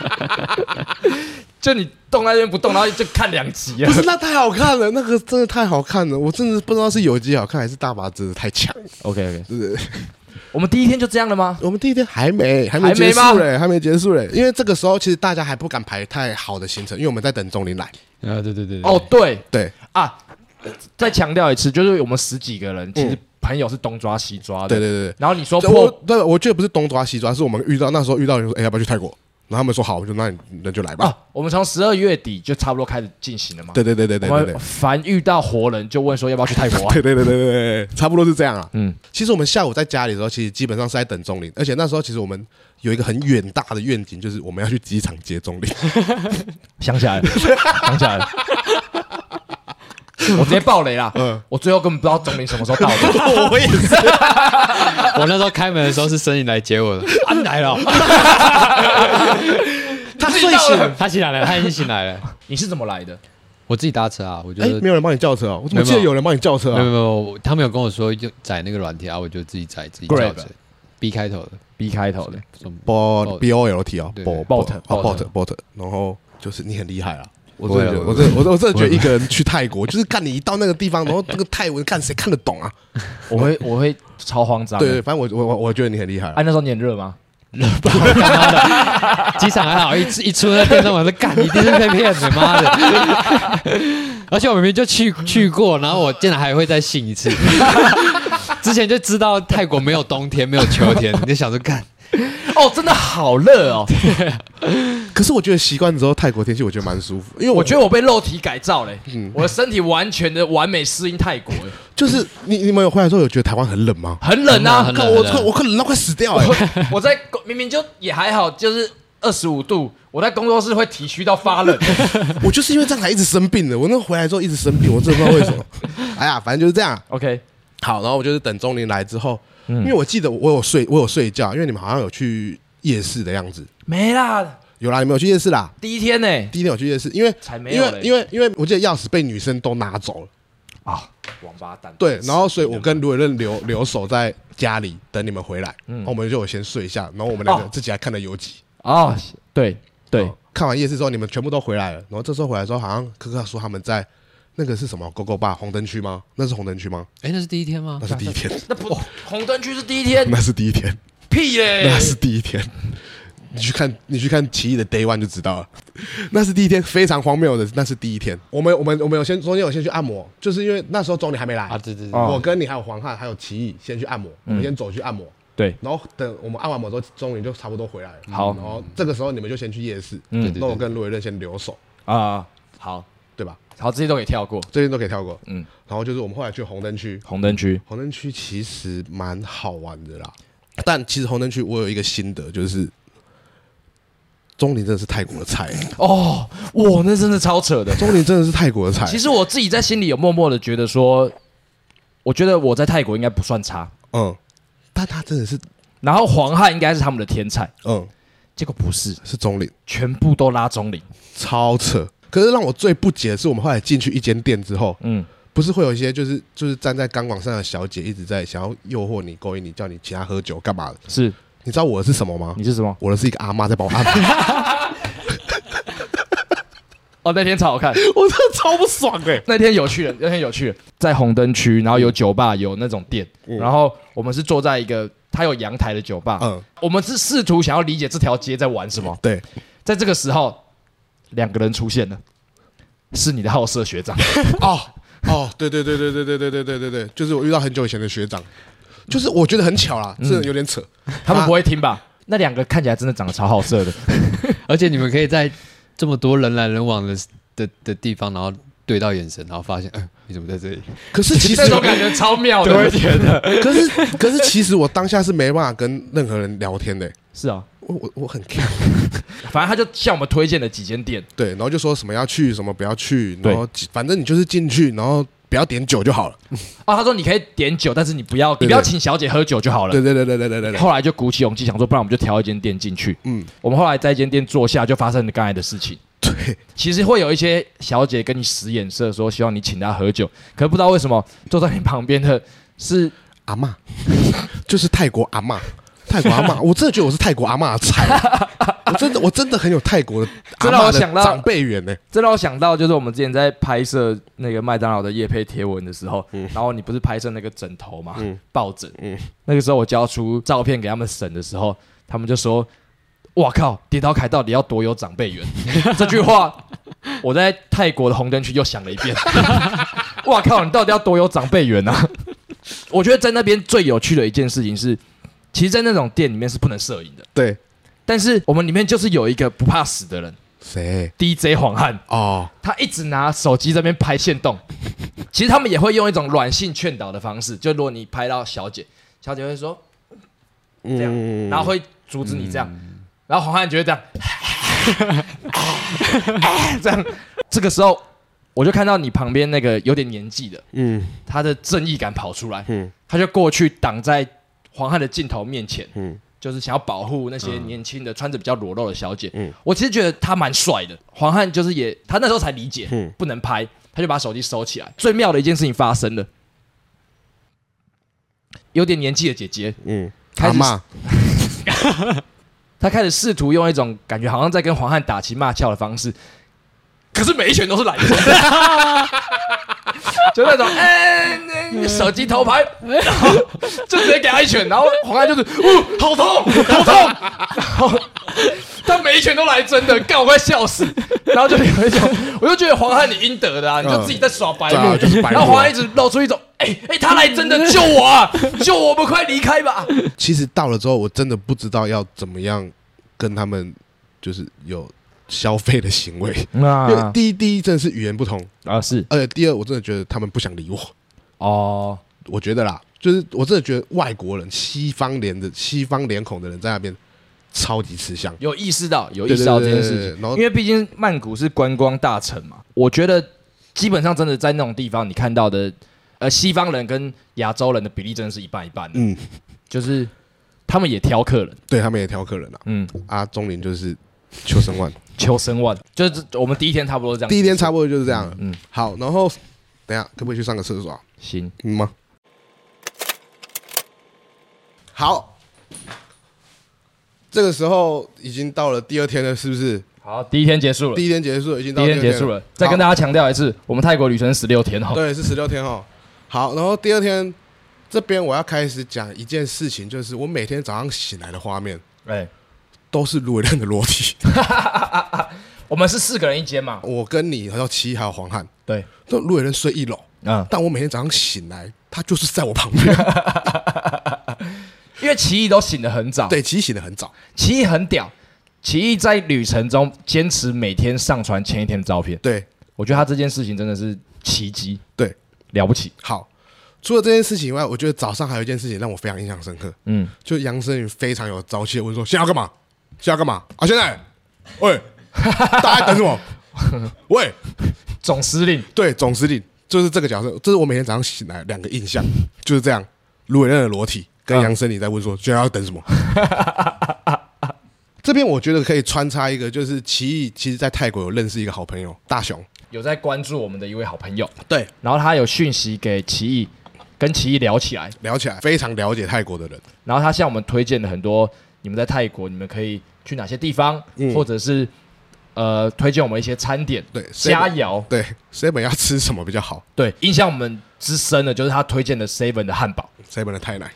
Speaker 1: *laughs* 就你动在这边不动，然后就看两集
Speaker 2: 不
Speaker 1: 啊。
Speaker 2: 是那太好看了，那个真的太好看了，我真的不知道是有机好看还是大麻真的太强，
Speaker 1: OK OK，
Speaker 2: 是不是？
Speaker 1: *laughs* 我们第一天就这样了吗？
Speaker 2: 我们第一天还没还没
Speaker 1: 还没
Speaker 2: 结
Speaker 1: 吗
Speaker 2: 束嘞，还没结束嘞，因为这个时候其实大家还不敢排太好的行程，因为我们在等钟林来，
Speaker 3: 啊，对对对，对
Speaker 1: 哦，，对
Speaker 2: 对
Speaker 1: 啊，再强调一次，就是我们十几个人，其实
Speaker 2: 嗯
Speaker 1: 朋友是东抓西抓的。
Speaker 2: 对对对对。
Speaker 1: 然后你说
Speaker 2: 我
Speaker 1: 破，
Speaker 2: 对，我觉得不是东抓西抓，是我们遇到那时候遇到人说，哎、要不要去泰国？然后他们说好，我就那你那就来吧。
Speaker 1: 啊，我们从十二月底就差不多开始进行了嘛。
Speaker 2: 对对对对对
Speaker 1: 我
Speaker 2: 对对
Speaker 1: 们凡遇到活人就问说要不要去泰国啊？
Speaker 2: *laughs* 对对对对对对，差不多是这样啊。
Speaker 1: 嗯，
Speaker 2: 其实我们下午在家里的时候，其实基本上是在等钟林，而且那时候其实我们有一个很远大的愿景，就是我们要去机场接钟林。 *laughs*
Speaker 1: 想起来 *laughs* 了，想起来了， *laughs* 我直接爆雷啦！
Speaker 2: 嗯
Speaker 1: 我最后根本不知道钟林什么时候到的。 *laughs*
Speaker 3: 我也是。我那时候开门的时候是森林来接我的，啊，你来了哦，
Speaker 2: 他
Speaker 1: 自己
Speaker 2: 睡
Speaker 1: 到
Speaker 2: 醒
Speaker 1: 了，
Speaker 3: 他醒来了，他已经醒来了。
Speaker 1: 你是怎么来的？
Speaker 3: 我自己搭车啊，我觉
Speaker 2: 哎、
Speaker 3: 得
Speaker 2: 没有人帮你叫车哦，我怎么
Speaker 3: 没有
Speaker 2: 记得有人帮你叫车
Speaker 3: 没有没
Speaker 2: 啊？
Speaker 3: 有，他们有跟我说就载那个软体啊，我就自己载自己叫
Speaker 1: Grab
Speaker 3: 车，B 开头的，
Speaker 1: B 开头的，
Speaker 3: 什么
Speaker 2: b b o l t 哦
Speaker 3: 对
Speaker 2: b o
Speaker 1: Bolt，
Speaker 2: 啊 b o
Speaker 1: Bolt
Speaker 2: t b o t 然后就是你很厉害啊。我
Speaker 3: 不会
Speaker 2: 真的觉
Speaker 3: 啊
Speaker 2: 得，我真的，我真我真的觉得一个人去泰国， *laughs* 就是看你一到那个地方，然后那个泰文看谁看得懂啊？
Speaker 1: 我会我会超慌张的。
Speaker 2: 对对，反正我我我我觉得你很厉害啊
Speaker 1: 哎，。那时候你很热吗？
Speaker 3: 机场还好，一出一出那电动我就干，你一定是被骗的，妈 *laughs* 的！而且我明明就去去过，然后我竟然还会再信一次。 *laughs* 之前就知道泰国没有冬天，没有秋天，你就想着干，
Speaker 1: 哦，真的好热哦！
Speaker 2: 可是我觉得习惯之后，泰国天气我觉得蛮舒服，因为
Speaker 1: 我
Speaker 2: 我
Speaker 1: 觉得我被肉体改造欸嗯嘞，我的身体完全的完美适应泰国，哎
Speaker 2: 就是你你们有回来之后有觉得台湾很冷吗？
Speaker 1: 很冷啊
Speaker 3: 很冷很冷！
Speaker 2: 靠我我我可冷到快
Speaker 1: *laughs*
Speaker 2: 死掉哎、
Speaker 1: 我我在明明就也还好，就是二十五度，我在工作室会体虚到发冷。
Speaker 2: 我就是因为这样才一直生病的。我那回来之后一直生病，我真的不知道为
Speaker 1: *laughs*
Speaker 2: 什么。哎呀，反正就是这样。
Speaker 1: *laughs* OK，
Speaker 2: 好，然后我就是等钟林来之后，
Speaker 1: 嗯
Speaker 2: 因为我记得我有睡，我有睡觉，因为你们好像有去夜市的样子。
Speaker 1: 没啦，
Speaker 2: 有啦，你们有去夜市啦。
Speaker 1: 第一天呢、
Speaker 2: 第一天有去夜市，因为
Speaker 1: 才没
Speaker 2: 因
Speaker 1: 有嘞
Speaker 2: 为因为因为我记得钥匙被女生都拿走了，
Speaker 1: 啊，王八蛋。
Speaker 2: 对，然后所以我跟卢伟任留留守在家里等你们回来，
Speaker 1: 嗯
Speaker 2: 然后我们就有先睡一下，然后我们两个
Speaker 1: 哦
Speaker 2: 自己还看了游记。
Speaker 1: 哦，对对，
Speaker 2: 看完夜市之后，你们全部都回来了。然后这时候回来之后，好像科科说他们在那个是什么狗狗吧红灯区吗？那是红灯区吗？
Speaker 3: 哎，那是第一天吗
Speaker 2: 那？是第一天，
Speaker 1: 哦那不红灯区是第一天，
Speaker 2: *laughs* 那是第一
Speaker 1: *laughs*
Speaker 2: 天，
Speaker 1: 屁嘞、
Speaker 2: 那是第一天。你去看，你去看奇异的 Day One 就知道了。那是第一天，非常荒谬的，那是第一天。我们我们我们有先中间有先去按摩，就是因为那时候总理还没来，
Speaker 3: 啊，对对对，
Speaker 1: 哦
Speaker 2: 我跟你还有黄汉还有奇异先去按摩，
Speaker 1: 嗯
Speaker 2: 我们先走去按摩。
Speaker 1: 对，
Speaker 2: 然后等我们按完摩之后，终于就差不多回来了。
Speaker 1: 好
Speaker 2: 然后这个时候你们就先去夜市，
Speaker 1: 嗯
Speaker 2: 那我跟卢伟任先留守，
Speaker 1: 啊、好
Speaker 2: 对吧？
Speaker 1: 好，这些都给跳过。
Speaker 2: 这些都可以跳过。
Speaker 1: 嗯，
Speaker 2: 然后就是我们后来去红灯区，
Speaker 1: 红灯区，
Speaker 2: 红灯区其实蛮好玩的啦。但其实红灯区我有一个心得，就是钟林真的是泰国的菜，
Speaker 1: 哦，哇，那真的超扯的。
Speaker 2: 钟林真的是泰国的菜。
Speaker 1: 其实我自己在心里有默默的觉得说，我觉得我在泰国应该不算差，
Speaker 2: 嗯，但他真的是
Speaker 1: 然后黄汉应该是他们的天才，
Speaker 2: 嗯
Speaker 1: 结果不是，
Speaker 2: 是钟林，
Speaker 1: 全部都拉中领。
Speaker 2: 超扯。可是让我最不解的是，我们后来进去一间店之后，
Speaker 1: 嗯，
Speaker 2: 不是会有一些就是就是站在钢管上的小姐一直在想要诱惑你、勾引你、叫你请她喝酒干嘛的？
Speaker 1: 是
Speaker 2: 你知道我的是什么吗？
Speaker 1: 你是什么？
Speaker 2: 我的是一个阿妈在帮我按摩，
Speaker 1: 哦，那天超好看，
Speaker 2: *laughs* 我真的超不爽的、
Speaker 1: 那天有趣了，那天有趣了，在红灯区，然后有酒吧，有那种店，
Speaker 2: 嗯
Speaker 1: 然后我们是坐在一个它有阳台的酒吧，
Speaker 2: 嗯，
Speaker 1: 我们是试图想要理解这条街在玩什么。
Speaker 2: 对，
Speaker 1: 在这个时候，两个人出现了，是你的好色 *laughs* 学长，
Speaker 2: 哦哦，对对对对对对对对对对对，嗯就是我遇到很久以前的学长，就是我觉得很巧啦，真的有点扯。
Speaker 1: 他们不会听吧？那两个看起来真的长得超好 *laughs* 色的，
Speaker 3: 而且你们可以在这么多人来人往的的的地方，然后对到眼神，然后发现，嗯、你怎么在这里？
Speaker 2: 可是 *laughs* 其实
Speaker 1: 感觉超妙
Speaker 3: 的我
Speaker 1: 觉得
Speaker 2: 可是可是其实我当下是没办法跟任何人聊天
Speaker 1: *laughs*
Speaker 2: 的、欸
Speaker 1: 是啊，
Speaker 2: 我我我很 care
Speaker 1: 反正他就向我们推荐了几间店，
Speaker 2: 对，然后就说什么要去，什么不要去，然后几反正你就是进去，然后不要点酒就好了。
Speaker 1: 哦，他说你可以点酒，但是你不要你
Speaker 2: 对
Speaker 1: 不要请小姐喝酒就好了
Speaker 2: 对。对对对对对对对，
Speaker 1: 后来就鼓起勇气想说，不然我们就挑一间店进去。
Speaker 2: 嗯，
Speaker 1: 我们后来在一间店坐下，就发生了刚才的事情。
Speaker 2: 对，
Speaker 1: 其实会有一些小姐跟你使眼色，说希望你请她喝酒，可是不知道为什么坐在你旁边的是
Speaker 2: 阿嬷， *laughs* 就是泰国阿嬷，泰国阿嬷，我真的觉得我是泰国阿嬷的菜，啊我真的我真的很有泰国的阿
Speaker 1: 这让我
Speaker 2: 嬷的
Speaker 1: 想到
Speaker 2: 长辈缘呢、
Speaker 1: 这让我想到，就是我们之前在拍摄那个麦当劳的夜配贴文的时候，然后你不是拍摄那个枕头嘛，抱枕，那个时候我交出照片给他们审的时候，他们就说：“哇靠，蝶刀凯到底要多有长辈缘？”这句话我在泰国的红灯区又想了一遍。 *laughs* 哇靠，你到底要多有长辈缘啊？ *laughs* 我觉得在那边最有趣的一件事情是，其实，在那种店里面是不能摄影的，
Speaker 2: 对，
Speaker 1: 但是我们里面就是有一个不怕死的人
Speaker 2: 谁？
Speaker 1: ，DJ 黄汉。
Speaker 2: 哦，
Speaker 1: 他一直拿手机这边拍线动，其实他们也会用一种软性劝导的方式，就如果你拍到小姐，小姐会说这样，
Speaker 2: 嗯，
Speaker 1: 然后会阻止你这样，然后黄汉就会这样， *laughs* 这样，这个时候我就看到你旁边那个有点年纪的，
Speaker 2: 嗯
Speaker 1: 他的正义感跑出来，
Speaker 2: 嗯
Speaker 1: 他就过去挡在黄汉的镜头面前，
Speaker 2: 嗯
Speaker 1: 就是想要保护那些年轻的、穿着比较裸露的小姐。
Speaker 2: 嗯
Speaker 1: 我其实觉得他蛮帅的。黄汉就是也，他那时候才理解，
Speaker 2: 嗯
Speaker 1: 不能拍，他就把手机收起来。最妙的一件事情发生了，有点年纪的姐姐，
Speaker 2: 嗯，
Speaker 1: 开
Speaker 2: 阿
Speaker 1: 始
Speaker 2: 嬷，
Speaker 1: 她开始试图用一种感觉好像在跟黄汉打情骂俏的方式，可是每一拳都是来的， *laughs* 就那种哎、那手机偷拍，然后就直接给他一拳，然后黄汉就是，呜、好痛，好痛，然后他每一拳都来真的，干我快笑死，然后就有一种，我就觉得黄汉你应得的啊，你就自己在耍白
Speaker 2: 嗯对
Speaker 1: 目，
Speaker 2: 啊就是白目
Speaker 1: 然后黄汉一直露出一种，哎、哎、他来真的救我啊，救我，我们快离开吧。
Speaker 2: 其实到了之后，我真的不知道要怎么样跟他们就是有消费的行为，因为
Speaker 1: 那
Speaker 2: 第一第一真的是语言不通，
Speaker 1: 啊是
Speaker 2: 而且第二我真的觉得他们不想理我， *laughs*
Speaker 1: 哦。
Speaker 2: 我觉得啦，就是我真的觉得外国人西方脸的西方脸孔的人在那边超级吃香，
Speaker 1: 有意识到，有意识到这件事
Speaker 2: 对对对
Speaker 1: 情
Speaker 2: 对，然后
Speaker 1: 因为毕竟曼谷是观光大城嘛，我觉得基本上真的在那种地方，你看到的，呃，西方人跟亚洲人的比例真的是一半一半的，
Speaker 2: 嗯，
Speaker 1: 就是他们也挑客人，
Speaker 2: 对他们也挑客人啊，
Speaker 1: 嗯，
Speaker 2: 啊，中林就是求
Speaker 1: *laughs*
Speaker 2: 生万，
Speaker 1: 求生万，就是我们第一天差不多这样，
Speaker 2: 第一天差不多就是这样了，
Speaker 1: 嗯
Speaker 2: 嗯，好，然后等一下可不可以去上个厕所、啊？
Speaker 1: 行，
Speaker 2: 嗯吗？好，这个时候已经到了第二天了，是不是？
Speaker 1: 好，第一天结束了，
Speaker 2: 第一天结束了，已经
Speaker 1: 第
Speaker 2: 到
Speaker 1: 一
Speaker 2: 第
Speaker 1: 天
Speaker 2: 二
Speaker 1: 结束了
Speaker 2: 了，，
Speaker 1: 再跟大
Speaker 2: 家
Speaker 1: 家强调一次，我们泰国旅程十六天哦，
Speaker 2: 对是十六天哦。好，然后第二天这边我要开始讲一件事情，就是我每天早上醒来的画面
Speaker 1: 哎，
Speaker 2: 都是卢伟亮的裸体， *laughs*
Speaker 1: 我们是四个人一间嘛，
Speaker 2: 我跟你还有七还有黄汉，
Speaker 1: 对，
Speaker 2: 都卢伟亮睡一楼，
Speaker 1: 嗯，
Speaker 2: 但我每天早上醒来，他就是在我
Speaker 1: *laughs*
Speaker 2: 旁边。
Speaker 1: 因为奇异都醒得很早，
Speaker 2: 对，其实醒得很早，
Speaker 1: 奇异很屌，奇异在旅程中坚持每天上传前一天的照片，
Speaker 2: 对
Speaker 1: 我觉得他这件事情真的是奇迹，
Speaker 2: 对，
Speaker 1: 了不起。
Speaker 2: 好，除了这件事情以外，我觉得早上还有一件事情让我非常印象深刻，
Speaker 1: 嗯，
Speaker 2: 就杨森宇非常有朝气的问说：“现在要干嘛？现在要干嘛？啊，现在，喂，大家在等什么？ *laughs* 喂，
Speaker 1: 总司令
Speaker 2: 对，总司令就是这个角色，这是我每天早上醒来两个印象，就是这样，卢伟任的裸体跟杨森宇在问说：现在要等什么？”这边我觉得可以穿插一个，就是奇异，其实在泰国有认识一个好朋友大雄，
Speaker 1: 有在关注我们的一位好朋友，
Speaker 2: 对，
Speaker 1: 然后他有讯息给奇艺，跟奇艺聊起来，
Speaker 2: 聊起来非常了解泰国的人，
Speaker 1: 然后他向我们推荐了很多你们在泰国你们可以去哪些地方，或者是呃推荐我们一些餐点，
Speaker 2: 嗯对
Speaker 1: 佳肴，
Speaker 2: 对，谁本要吃什么比较好？
Speaker 1: 对，印象我们之深的就是他推荐的 Seven 的汉堡
Speaker 2: 谁本的太奶，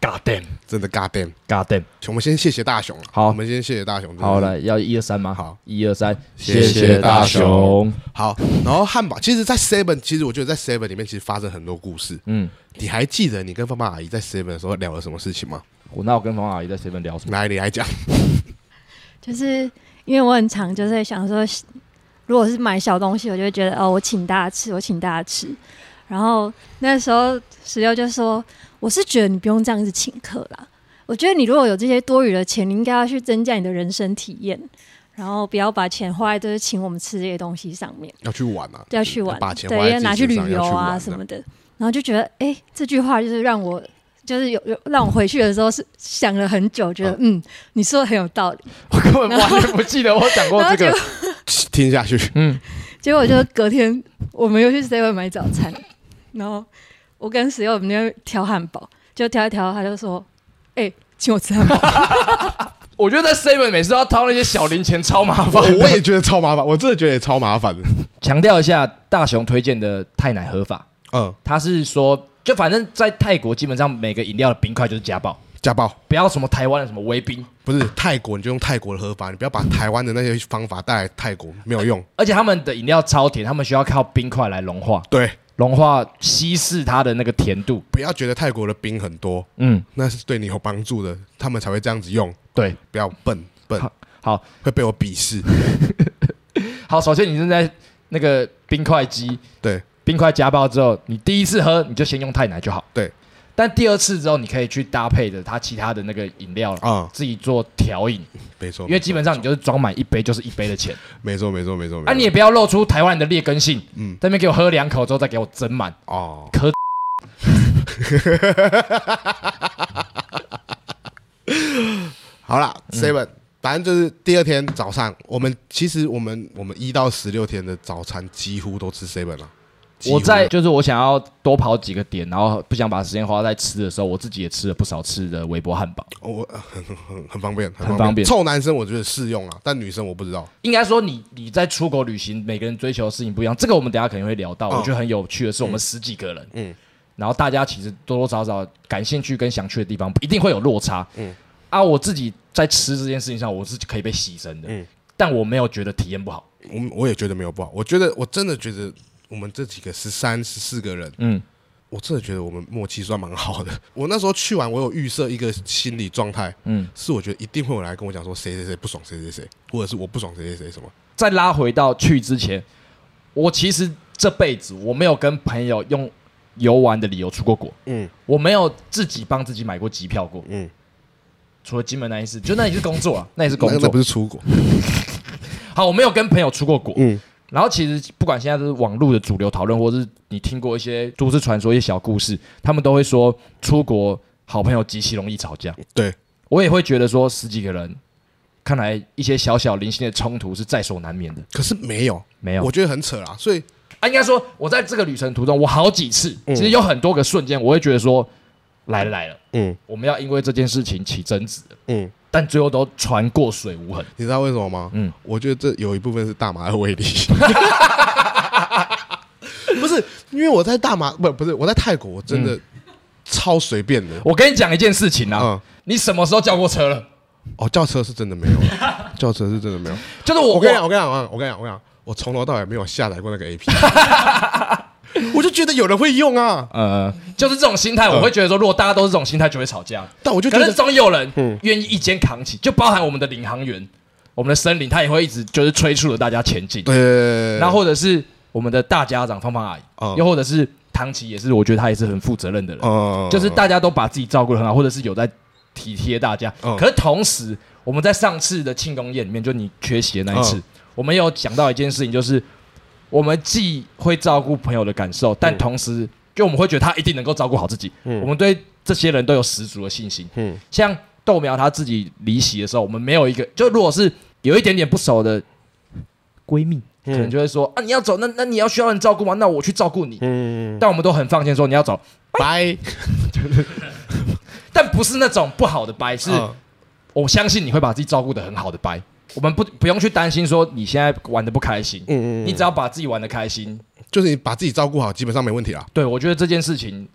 Speaker 1: ，God damn，God
Speaker 2: 真的 god damn！
Speaker 1: damn，
Speaker 2: 我们先谢谢大雄啊
Speaker 1: 好
Speaker 2: 我们先谢谢大雄。真的是
Speaker 1: 嗯好，来要一二三吗？
Speaker 2: 好，
Speaker 1: 一二三，
Speaker 2: 谢
Speaker 1: 谢
Speaker 2: 谢大
Speaker 1: 雄
Speaker 2: 雄，好。然后汉堡，其实，在 Seven，其实我觉得在 Seven 里面，其实发生很多故事。
Speaker 1: 嗯，
Speaker 2: 你还记得你跟爸爸阿姨在 Seven 的时候聊了什么事情吗？
Speaker 1: 我那我跟冯阿姨在 seven 聊 *laughs* 什么？
Speaker 2: 来你来讲，
Speaker 4: 就是因为我很常就是在想说，如果是买小东西，我就会觉得哦，我请大家吃，我请大家吃。然后那时候石榴就说：“我是觉得你不用这样子请客啦，我觉得你如果有这些多余的钱，你应该要去增加你的人生体验，然后不要把钱花在就是请我们吃这些东西上面，
Speaker 2: 要去玩啊，
Speaker 4: 要去玩
Speaker 2: 把，钱花
Speaker 4: 对，
Speaker 2: 在
Speaker 4: 拿
Speaker 2: 自己
Speaker 4: 旅
Speaker 2: 身上
Speaker 4: 游
Speaker 2: 要去玩
Speaker 4: 啊
Speaker 2: 的
Speaker 4: 什么的。”然后就觉得，哎、这句话就是让我。就是有有让我回去的时候是想了很久，
Speaker 2: 哦
Speaker 4: 觉得嗯，你说的很有道理。
Speaker 1: 我根本完全不记得我讲过
Speaker 4: 然
Speaker 1: *laughs*
Speaker 4: 后
Speaker 1: 这个
Speaker 4: 结果。
Speaker 2: 听下去，
Speaker 1: 嗯
Speaker 4: 结果就隔天我们又去 Seven 买早餐，然后我跟石友我们那边挑汉堡，就挑一挑，他就说：“哎、请我吃汉堡。
Speaker 1: 我觉得在 seven 每次都要掏那些小零钱，超麻 *laughs*
Speaker 2: 我
Speaker 1: 烦。
Speaker 2: 我也觉得超麻烦，我真的觉得也超麻烦的。
Speaker 1: 强调一下，大雄推荐的泰奶合法，
Speaker 2: 嗯，
Speaker 1: 他是说，就反正在泰国基本上每个饮料的冰块就是家暴，
Speaker 2: 家暴
Speaker 1: 不要什么台湾的什么微冰，
Speaker 2: 不是泰国，你就用泰国的喝法，你不要把台湾的那些方法带来泰国，没有用。
Speaker 1: 而且他们的饮料超甜，他们需要靠冰块来融化，
Speaker 2: 对，
Speaker 1: 融化稀释它的那个甜度。
Speaker 2: 不要觉得泰国的冰很多，
Speaker 1: 嗯，
Speaker 2: 那是对你有帮助的，他们才会这样子用。
Speaker 1: 对，
Speaker 2: 不要笨笨，
Speaker 1: 好
Speaker 2: 会被我鄙视。
Speaker 1: 好，首先你正在那个冰块机，
Speaker 2: 对，
Speaker 1: 冰块加爆之后，你第一次喝你就先用泰奶就好，
Speaker 2: 对。
Speaker 1: 但第二次之后，你可以去搭配的它其他的那个饮料了，
Speaker 2: 啊，
Speaker 1: 自己做调饮，
Speaker 2: 没错，
Speaker 1: 因为基本上你就是装满一杯就是一杯的钱，
Speaker 2: 没错，没错，没错。没错
Speaker 1: 啊，你也不要露出台湾人的劣根性，
Speaker 2: 嗯
Speaker 1: 在那边给我喝两口之后再给我斟满，
Speaker 2: 哦，
Speaker 1: 可
Speaker 2: *laughs* 好啦 Seven，、反正就是第二天早上，我们其实我们我们一到十六天的早餐几乎都吃 Seven 了。几乎
Speaker 1: 我在就是我想要多跑几个点，然后不想把时间花在吃的时候，我自己也吃了不少次的微波汉堡。
Speaker 2: 我很很很很方便，很
Speaker 1: 很
Speaker 2: 方
Speaker 1: 方便
Speaker 2: 臭男生我觉得适用啊，但女生我不知道。
Speaker 1: 应该说你你在出国旅行，每个人追求的事情不一样，这个我们等一下可能会聊到。
Speaker 2: 嗯
Speaker 1: 我觉得很有趣的是，我们十几个人，
Speaker 2: 嗯
Speaker 1: 嗯，然后大家其实多多少少感兴趣跟想去的地方一定会有落差，
Speaker 2: 嗯
Speaker 1: 嗯。啊，我自己在吃这件事情上，我是可以被牺牲的，
Speaker 2: 嗯
Speaker 1: 嗯，但我没有觉得体验不好，
Speaker 2: 我我也觉得没有不好，我觉得我真的觉得我们这几个十三、十四个人，
Speaker 1: 嗯，
Speaker 2: 我真的觉得我们默契算蛮好的。 *laughs* 我那时候去完，我有预设一个心理状态，嗯
Speaker 1: 嗯，
Speaker 2: 是我觉得一定会有人来跟我讲说谁谁谁不爽谁谁谁，或者是我不爽谁谁谁什么。
Speaker 1: 再拉回到去之前，我其实这辈子我没有跟朋友用游玩的理由出过国，
Speaker 2: 嗯
Speaker 1: 我没有自己帮自己买过机票过，
Speaker 2: 嗯，
Speaker 1: 除了金门那一次，就那也是工作啊，那也是
Speaker 2: 那
Speaker 1: 工
Speaker 2: 那
Speaker 1: 作
Speaker 2: 不。是出国，
Speaker 1: 好，我没有跟朋友出过国。
Speaker 2: 嗯
Speaker 1: 然后其实不管现在是网络的主流讨论，或是你听过一些都市传说、一些小故事，他们都会说出国好朋友极其容易吵架。
Speaker 2: 对，
Speaker 1: 我也会觉得说十几个人，看来一些小小零星的冲突是在所难免的。
Speaker 2: 可是没有，
Speaker 1: 没有
Speaker 2: 我，觉得很扯啦。所以
Speaker 1: 啊，应该说，我在这个旅程途中，我好几次，其实有很多个瞬间，我会觉得说，来了来了，
Speaker 2: 嗯
Speaker 1: 我们要因为这件事情起争执了，
Speaker 2: 嗯，
Speaker 1: 但最后都船过水无痕。
Speaker 2: 你知道为什么吗？嗯
Speaker 1: 嗯，
Speaker 2: 我觉得这有一部分是大麻的威力。 *laughs* 不是，因为我在大麻不不是我在泰国，我真的超随便的。
Speaker 1: 嗯我跟你讲一件事情啊，
Speaker 2: 嗯
Speaker 1: 你什么时候叫过车了？
Speaker 2: 哦，轿车是真的没有
Speaker 1: *laughs*
Speaker 2: 了，轿车是真的没有。
Speaker 1: 就是我
Speaker 2: 我跟你讲，我跟你讲，我跟你讲，我跟你讲，我从头到尾没有下载过那个
Speaker 1: *laughs*
Speaker 2: A P P，我就觉得有人会用啊，
Speaker 1: 呃，就是这种心态，我会觉得说，如果大家都是这种心态，就会吵架。
Speaker 2: 但嗯我就觉
Speaker 1: 可是
Speaker 2: 得嗯
Speaker 1: 总有人愿意一肩扛起，就包含我们的领航员，我们的森林，他也会一直就是催促着大家前进。
Speaker 2: 对，
Speaker 1: 然后或者是我们的大家长芳芳阿姨
Speaker 2: 嗯，
Speaker 1: 又或者是唐琪，也是我觉得他也是很负责任的人，
Speaker 2: 呃
Speaker 1: 就是大家都把自己照顾得很好，或者是有在体贴大家
Speaker 2: 嗯。
Speaker 1: 可是同时，我们在上次的庆功宴里面，就你缺席的那一次
Speaker 2: 嗯，
Speaker 1: 我们有讲到一件事情，就是我们既会照顾朋友的感受，
Speaker 2: 嗯
Speaker 1: 但同时就我们会觉得他一定能够照顾好自己，我们对这些人都有十足的信心。
Speaker 2: 嗯
Speaker 1: 嗯，像豆苗他自己离席的时候，我们没有一个，就如果是有一点点不熟的闺蜜。
Speaker 2: 嗯
Speaker 1: 可能就会说啊，你要走，那那你要需要人照顾吗？那我去照顾你。
Speaker 2: 嗯，
Speaker 1: 但我们都很放心说你要走，
Speaker 2: 拜，
Speaker 1: 但不是那种不好的掰，是
Speaker 2: 嗯
Speaker 1: 我相信你会把自己照顾的很好的掰。我们不不用去担心说你现在玩的不开心，
Speaker 2: 嗯嗯嗯
Speaker 1: 你只要把自己玩的开心。
Speaker 2: 就是你把自己照顾好，基本上没问题啦。
Speaker 1: 对我觉得这件事情，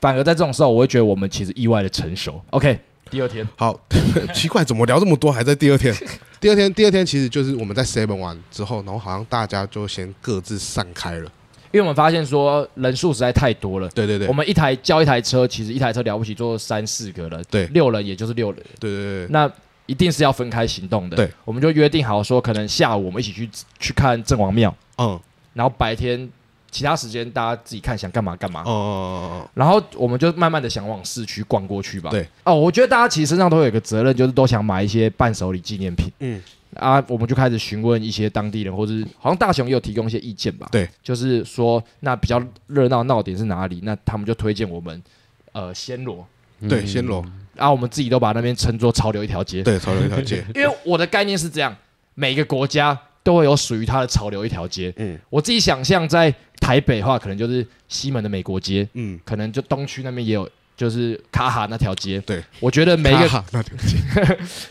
Speaker 1: 反而在这种时候，我会觉得我们其实意外的成熟。OK，第二天，
Speaker 2: 好， *laughs* 奇怪，怎么聊这么多？还在第
Speaker 1: *laughs*
Speaker 2: 二天？第二天，第二天其实就是我们在 Seven 玩之后，然后好像大家就先各自散开了。
Speaker 1: 哎、因为我们发现说人数实在太多了。
Speaker 2: 对对对
Speaker 1: 我，们一台叫一台车，其实一台车了不起坐三四个人，
Speaker 2: 对
Speaker 1: 六人也就是六人，
Speaker 2: 对对嗯对，
Speaker 1: 那一定是要分开行动的。
Speaker 2: 对，
Speaker 1: 我们就约定好说，可能下午我们一起去去看郑王庙，
Speaker 2: 嗯，
Speaker 1: 然后白天其他时间大家自己看想干嘛干嘛。
Speaker 2: 哦哦
Speaker 1: 然后我们就慢慢的想往市区逛过去吧。
Speaker 2: 对，
Speaker 1: 哦，我觉得大家其实身上都有一个责任，就是都想买一些伴手礼纪念品。
Speaker 2: 嗯
Speaker 1: 嗯，啊，我们就开始询问一些当地人，或者好像大雄也有提供一些意见吧。
Speaker 2: 对，
Speaker 1: 就是说那比较热闹闹点是哪里？那他们就推荐我们呃暹罗，
Speaker 2: 哦，对，暹罗，
Speaker 1: 啊，我们自己都把那边称作潮流一条街。，
Speaker 2: 对，潮流一条
Speaker 1: *laughs*
Speaker 2: 街， *laughs*
Speaker 1: 因为我的概念是这样，每个国家都会有属于它的潮流一条街。
Speaker 2: 嗯
Speaker 1: 我自己想象在台北的话，可能就是西门的美国街。
Speaker 2: 嗯，
Speaker 1: 可能就东区那边也有，就是卡哈那条街。
Speaker 2: 对，
Speaker 1: 我觉得每一
Speaker 2: 卡
Speaker 1: 个
Speaker 2: 哈那条街，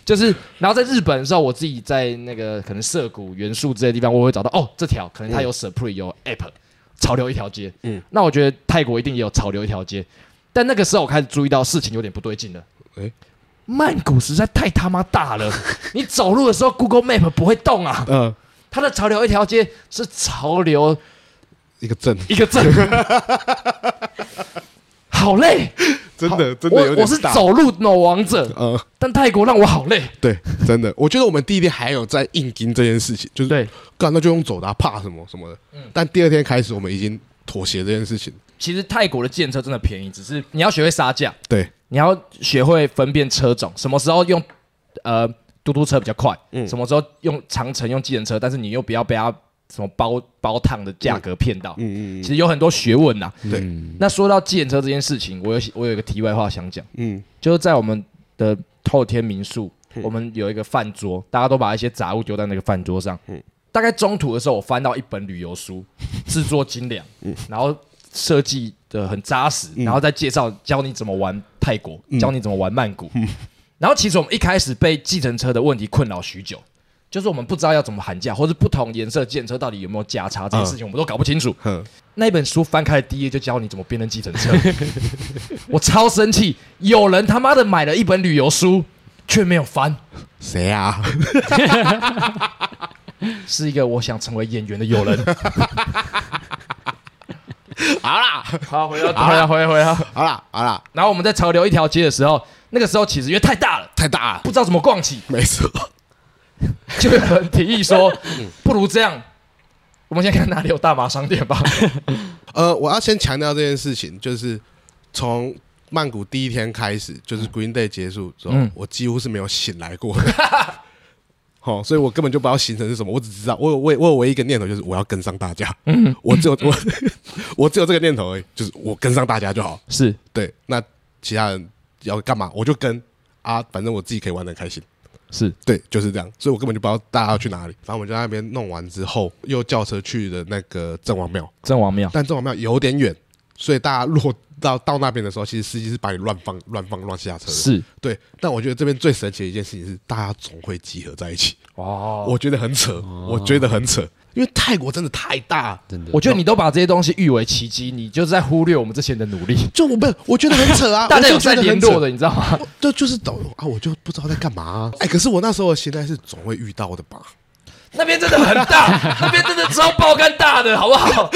Speaker 1: 就是，然后在日本的时候，我自己在那个可能涩谷、元素这些地方，我会找到哦，这条可能它有 Supreme、有 App，潮流一条街。
Speaker 2: 嗯
Speaker 1: 嗯，那我觉得泰国一定也有潮流一条街，但那个时候我开始注意到事情有点不对劲了。
Speaker 2: 诶
Speaker 1: 曼谷实在太他妈大了，你走路的时候 Google Map 不会动啊。
Speaker 2: 嗯，
Speaker 1: 它的潮流一条街是潮流
Speaker 2: 一个镇，
Speaker 1: 一个镇， *laughs* 好累。
Speaker 2: 真的真的有
Speaker 1: 我我
Speaker 2: 点
Speaker 1: 是
Speaker 2: 大，
Speaker 1: 走路脑王者，
Speaker 2: 嗯，
Speaker 1: 但泰国让我好累。
Speaker 2: 对，真的，我觉得我们第一天还有在硬盯这件事情，就是
Speaker 1: 对，嗯
Speaker 2: 干那就用走的啊、怕什么什么的。但第二天开始，我们已经妥协这件事情。
Speaker 1: 其实泰国的建车真的便宜，只是你要学会杀价，
Speaker 2: 对，
Speaker 1: 你要学会分辨车种，什么时候用呃嘟嘟车比较快，
Speaker 2: 嗯
Speaker 1: 什么时候用长城用计程车，但是你又不要被它什么包包烫的价格骗到。
Speaker 2: 嗯
Speaker 1: 其实有很多学问呐、
Speaker 2: 嗯，对，
Speaker 1: 那说到计程车这件事情，我有我有一个题外话想讲，
Speaker 2: 嗯
Speaker 1: 就是在我们的透天民宿，我们有一个饭桌，大家都把一些杂物丢在那个饭桌上。
Speaker 2: 嗯
Speaker 1: 大概中途的时候，我翻到一本旅游
Speaker 2: *laughs*
Speaker 1: 书，制作精良，
Speaker 2: 嗯
Speaker 1: 然后设计的很扎实，然后再介绍教你怎么玩泰国，
Speaker 2: 嗯
Speaker 1: 教你怎么玩曼谷。然后其实我们一开始被计程车的问题困扰许久，就是我们不知道要怎么喊价，或是不同颜色计程车到底有没有价差这件事情，我们都搞不清楚。
Speaker 2: 哼，
Speaker 1: 那一本书翻开的第一页就教你怎么辨认计程车，我超生气，有人他妈的买了一本旅游书却没有翻，
Speaker 2: 谁啊？ *laughs*
Speaker 1: 是一个我想成为演员的友人。
Speaker 2: *laughs*
Speaker 1: *laughs*
Speaker 2: 好啦，
Speaker 1: 好，回到回来回来回来。
Speaker 2: 好啦，好啦，
Speaker 1: 然后我们在潮流一条街的时候，那个时候其实因为太大了，
Speaker 2: 太大了，
Speaker 1: 不知道怎么逛起， *laughs*
Speaker 2: 没错，
Speaker 1: 就有人提议说，
Speaker 2: 嗯
Speaker 1: 不如这样，我们先看哪里有大麻商店
Speaker 2: *laughs*
Speaker 1: 吧。
Speaker 2: 呃，我要先强调这件事情，就是从曼谷第一天开始，就是 Green Day 结束之后，
Speaker 1: 嗯
Speaker 2: 我几乎是没有醒来过的。 *laughs* 好、所以我根本就不知道行程是什么，我只知道我有我有我有唯一一个念头就是我要跟上大家。嗯， *laughs* 我只有我我只有这个念头而已，就是我跟上大家就好。
Speaker 1: 是，
Speaker 2: 对，那其他人要干嘛我就跟啊，反正我自己可以玩的开心。
Speaker 1: 是
Speaker 2: 对，就是这样，所以我根本就不知道大家要去哪里。反正我们就在那边弄完之后，又叫车去的那个郑王庙。
Speaker 1: 郑王庙，
Speaker 2: 但郑王庙有点远，所以大家落到到那边的时候，其实司机是把你乱放、乱放、乱下车的。
Speaker 1: 是
Speaker 2: 对，但我觉得这边最神奇的一件事情是，大家总会集合在一起，
Speaker 1: 哦。
Speaker 2: 我觉得很扯，我觉得很扯，因为泰国真的太大，
Speaker 3: 真的，
Speaker 1: 我觉得你都把这些东西誉为奇迹，你就是在忽略我们这些人的努
Speaker 2: *laughs*
Speaker 1: 力。
Speaker 2: 就我不是，我觉得很扯啊，
Speaker 1: *laughs* 大家有
Speaker 2: 我就觉
Speaker 1: 在
Speaker 2: 得
Speaker 1: 联
Speaker 2: 很扯
Speaker 1: 络的，，你知道
Speaker 2: *laughs*
Speaker 1: 吗？
Speaker 2: 我就就是懂啊，我就不知道在干嘛啊、哎、可是我那时候的心态是总会遇到的吧？
Speaker 1: 那边真的很
Speaker 2: *laughs*
Speaker 1: 大，那边真的超爆肝大的，好不好？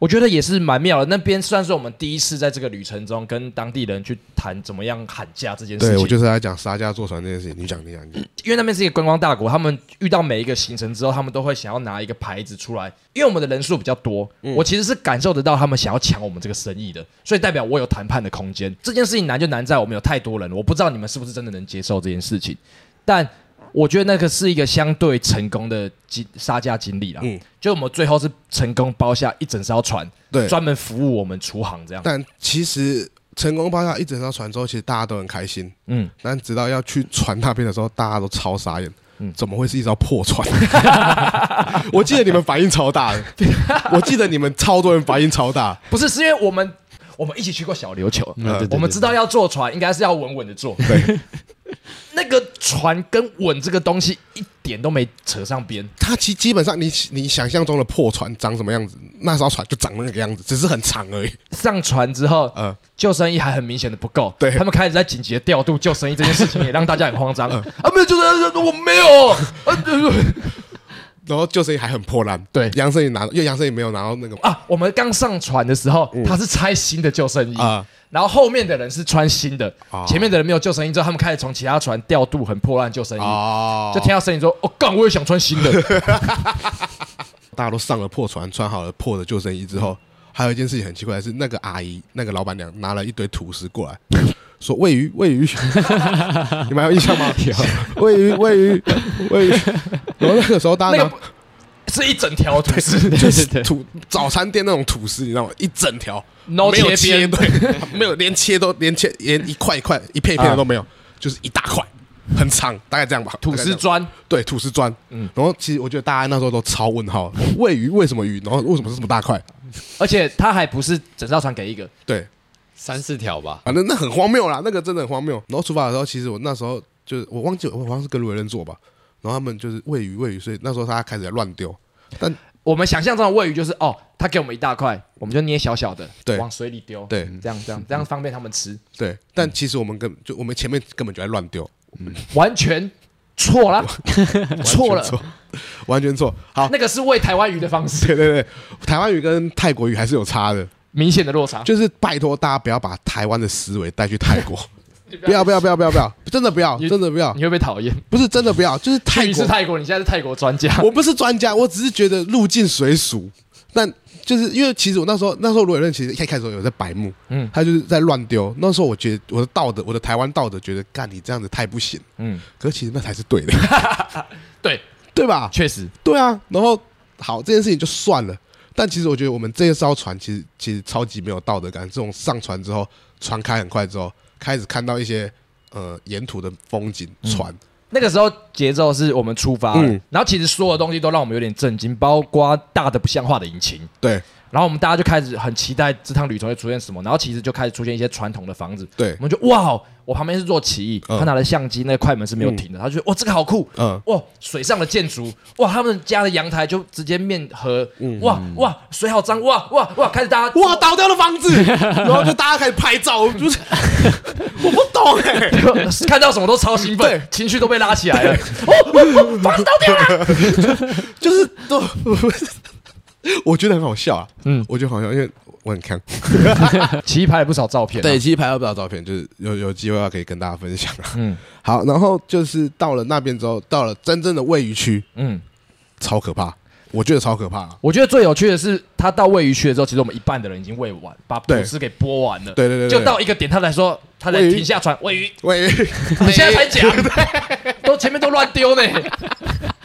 Speaker 1: 我觉得也是蛮妙的。那边算是我们第一次在这个旅程中跟当地人去谈怎么样喊价这件事
Speaker 2: 对，
Speaker 1: 情。
Speaker 2: 我就是在讲杀价坐船这件事情，你讲，你讲，你讲，
Speaker 1: 因为那边是一个观光大国，他们遇到每一个行程之后，他们都会想要拿一个牌子出来。因为我们的人数比较多，
Speaker 2: 嗯
Speaker 1: 我其实是感受得到他们想要抢我们这个生意的，所以代表我有谈判的空间。这件事情难就难在我们有太多人了，我不知道你们是不是真的能接受这件事情，但我觉得那个是一个相对成功的经杀价经历啦。
Speaker 2: 嗯
Speaker 1: 就我们最后是成功包下一整艘船，
Speaker 2: 对，
Speaker 1: 专门服务我们厨航这样。
Speaker 2: 但其实成功包下一整艘船之后，其实大家都很开心，
Speaker 1: 嗯，
Speaker 2: 但直到要去船那边的时候，大家都超傻眼。
Speaker 1: 嗯
Speaker 2: 怎么会是一艘破船？ *laughs* 我记得你们反应超大的，我记得你们超多人反应超大，
Speaker 1: 不是，是因为我们我们一起去过小琉球，
Speaker 3: 嗯对对对
Speaker 1: 我们知道要坐船，应该是要稳稳的坐。
Speaker 2: 对，
Speaker 1: *laughs* 那个船跟稳这个东西一点都没扯上边，
Speaker 2: 它其基本上你你想象中的破船长什么样子，那艘船就长那个样子，只是很长而已。
Speaker 1: 上船之后，
Speaker 3: 啊
Speaker 2: 嗯
Speaker 1: 救生衣还很明显的不够，
Speaker 2: 对
Speaker 1: 他们开始在紧急的调度救生衣
Speaker 3: *laughs*
Speaker 1: 呃
Speaker 3: 嗯
Speaker 1: *laughs* 这件事情，也让大家很慌张。啊，没有救生衣，我没有。啊，对对
Speaker 2: 然后救生衣还很破烂，
Speaker 1: 对
Speaker 2: 杨胜宇拿，因为杨胜宇没有拿到那个
Speaker 1: *laughs* 啊，我们刚上船的时候，
Speaker 3: 嗯
Speaker 1: 他是拆新的救生衣，
Speaker 2: 啊，
Speaker 1: 然后后面的人是穿新的，
Speaker 3: 啊
Speaker 2: 哦
Speaker 1: 前面的人没有救生衣，之后他们开始从其他船调度很破烂救生衣，
Speaker 2: 哦，
Speaker 1: 就听到声音说：“哦，干，我也想穿新的。
Speaker 2: 大家都上了破船，穿好了破的救生衣之后，
Speaker 1: 嗯
Speaker 2: 还有一件事情很奇怪的是，那个阿姨，那个老板娘拿了一堆吐司
Speaker 1: *laughs*
Speaker 2: 过来，说喂鱼，喂鱼， *laughs* 你们还有印象
Speaker 1: *laughs*
Speaker 2: 吗？喂鱼，喂鱼，喂鱼。然后那个时候”大
Speaker 1: 那
Speaker 2: 家
Speaker 1: 个
Speaker 2: 拿
Speaker 1: 不 *laughs* 是一整条吐司，
Speaker 2: 就是
Speaker 5: 对对
Speaker 2: 吐早餐店那种吐司，你知道吗？一整条
Speaker 1: no
Speaker 2: 没有
Speaker 1: 切边， *laughs*
Speaker 2: 对，没有连切都连切连一块一块一片一片的都没有，就是一大块，很长，大概这样吧。
Speaker 1: 啊吐
Speaker 2: 大概这
Speaker 1: 司
Speaker 2: 样
Speaker 1: 砖，
Speaker 2: 对吐司砖，嗯，然后其实我觉得大家那时候都超问号，喂鱼为什么鱼，然后为什么是这么大块？
Speaker 1: 而且他还不是整艘船给一个，
Speaker 2: 对，
Speaker 3: 三四条吧，
Speaker 2: 反正那很荒谬啦，那个真的很荒谬。然后出发的时候，其实我那时候就是我忘记我好像是跟卢伟任做吧，然后他们就是喂鱼喂鱼，所以那时候大家开始在乱丢，但
Speaker 1: 我们想象中的喂鱼就是哦，他给我们一大块，我们就捏小小的，
Speaker 2: 对
Speaker 1: 往水里丢，
Speaker 2: 对嗯
Speaker 1: 这样这样这样方便他们吃，
Speaker 2: 对，
Speaker 1: 嗯
Speaker 2: 但其实我们根就我们前面根本就在乱丢，
Speaker 1: 完全错了，错了
Speaker 2: 完全，错， *laughs* 完全错。好，
Speaker 1: 那个是喂台湾鱼的方式，
Speaker 2: 对对对，台湾语跟泰国语还是有差的，
Speaker 1: 明显的落差。
Speaker 2: 就是拜托大家不要把台湾的思维带去泰
Speaker 1: *laughs*
Speaker 2: 国，不要不要不要不要不要，真的不要
Speaker 1: 你
Speaker 2: 真的不要
Speaker 1: 你，会被讨厌。
Speaker 2: 不是真的不要，就是泰
Speaker 1: 你
Speaker 2: 国
Speaker 1: 是泰国，你现在是泰国专家，
Speaker 2: *laughs* 我不是专家，我只是觉得入境随俗。但就是因为其实我那时候那时候罗伟任其实一开始有在白目，
Speaker 1: 嗯
Speaker 2: 嗯，他就是在乱丢。那时候我觉得我的道德，我的台湾道德觉得干你这样子太不行，
Speaker 1: 嗯，
Speaker 2: 可是其实那才是对的， *laughs*
Speaker 1: 对，
Speaker 2: 对吧？
Speaker 1: 确实，
Speaker 2: 对啊。然后好这件事情就算了，但其实我觉得我们这一艘船其实其实超级没有道德感。这种上船之后，船开很快之后，开始看到一些呃沿途的风景船，
Speaker 1: 那个时候节奏是我们出发了，
Speaker 2: 嗯
Speaker 1: 然后其实所有东西都让我们有点震惊，包括大的不像话的引擎。
Speaker 2: 对
Speaker 1: 然后我们大家就开始很期待这趟旅程会出现什么，然后其实就开始出现一些传统的房子，
Speaker 2: 对
Speaker 1: 我，们就哇，我旁边是做奇艺，
Speaker 2: 嗯
Speaker 1: 他拿了相机，那个快门是没有停的，他就觉得哇这个好酷，
Speaker 2: 嗯，
Speaker 1: 哇水上的建筑，哇他们家的阳台就直接面河，哇哇水好脏，哇哇哇开始大家
Speaker 2: 嗯哇，倒掉的房 *laughs* 子，然后就大家开始拍照，我就是 *laughs* 我不懂哎、
Speaker 1: *laughs* 看到什么都超兴奋
Speaker 2: 对，
Speaker 1: 情绪都被拉起来了。哦，哦哦房子倒掉了！
Speaker 2: 就是都， *laughs* 我觉得很好笑啊，
Speaker 1: 嗯
Speaker 2: 嗯，我觉得好笑，因为我很看，
Speaker 1: 奇艺拍了不少照片、啊
Speaker 2: 对，，其实拍到不少照片，就是有有机会要可以跟大家分享啊。
Speaker 1: 嗯
Speaker 2: 好，然后就是到了那边之后，到了真正的喂鱼区，
Speaker 1: 嗯，
Speaker 2: 超可怕，我觉得超可怕、啊。
Speaker 1: 我觉得最有趣的是，他到喂鱼区的时候，其实我们一半的人已经喂完，把
Speaker 2: 对
Speaker 1: 捕食给剥完了。
Speaker 2: 对对对对
Speaker 1: 就到一个点，他才说，他才
Speaker 2: 喂鱼
Speaker 1: 停下船喂鱼。
Speaker 2: 喂，
Speaker 1: 你现在才讲，都前面都乱丢呢。
Speaker 2: *laughs*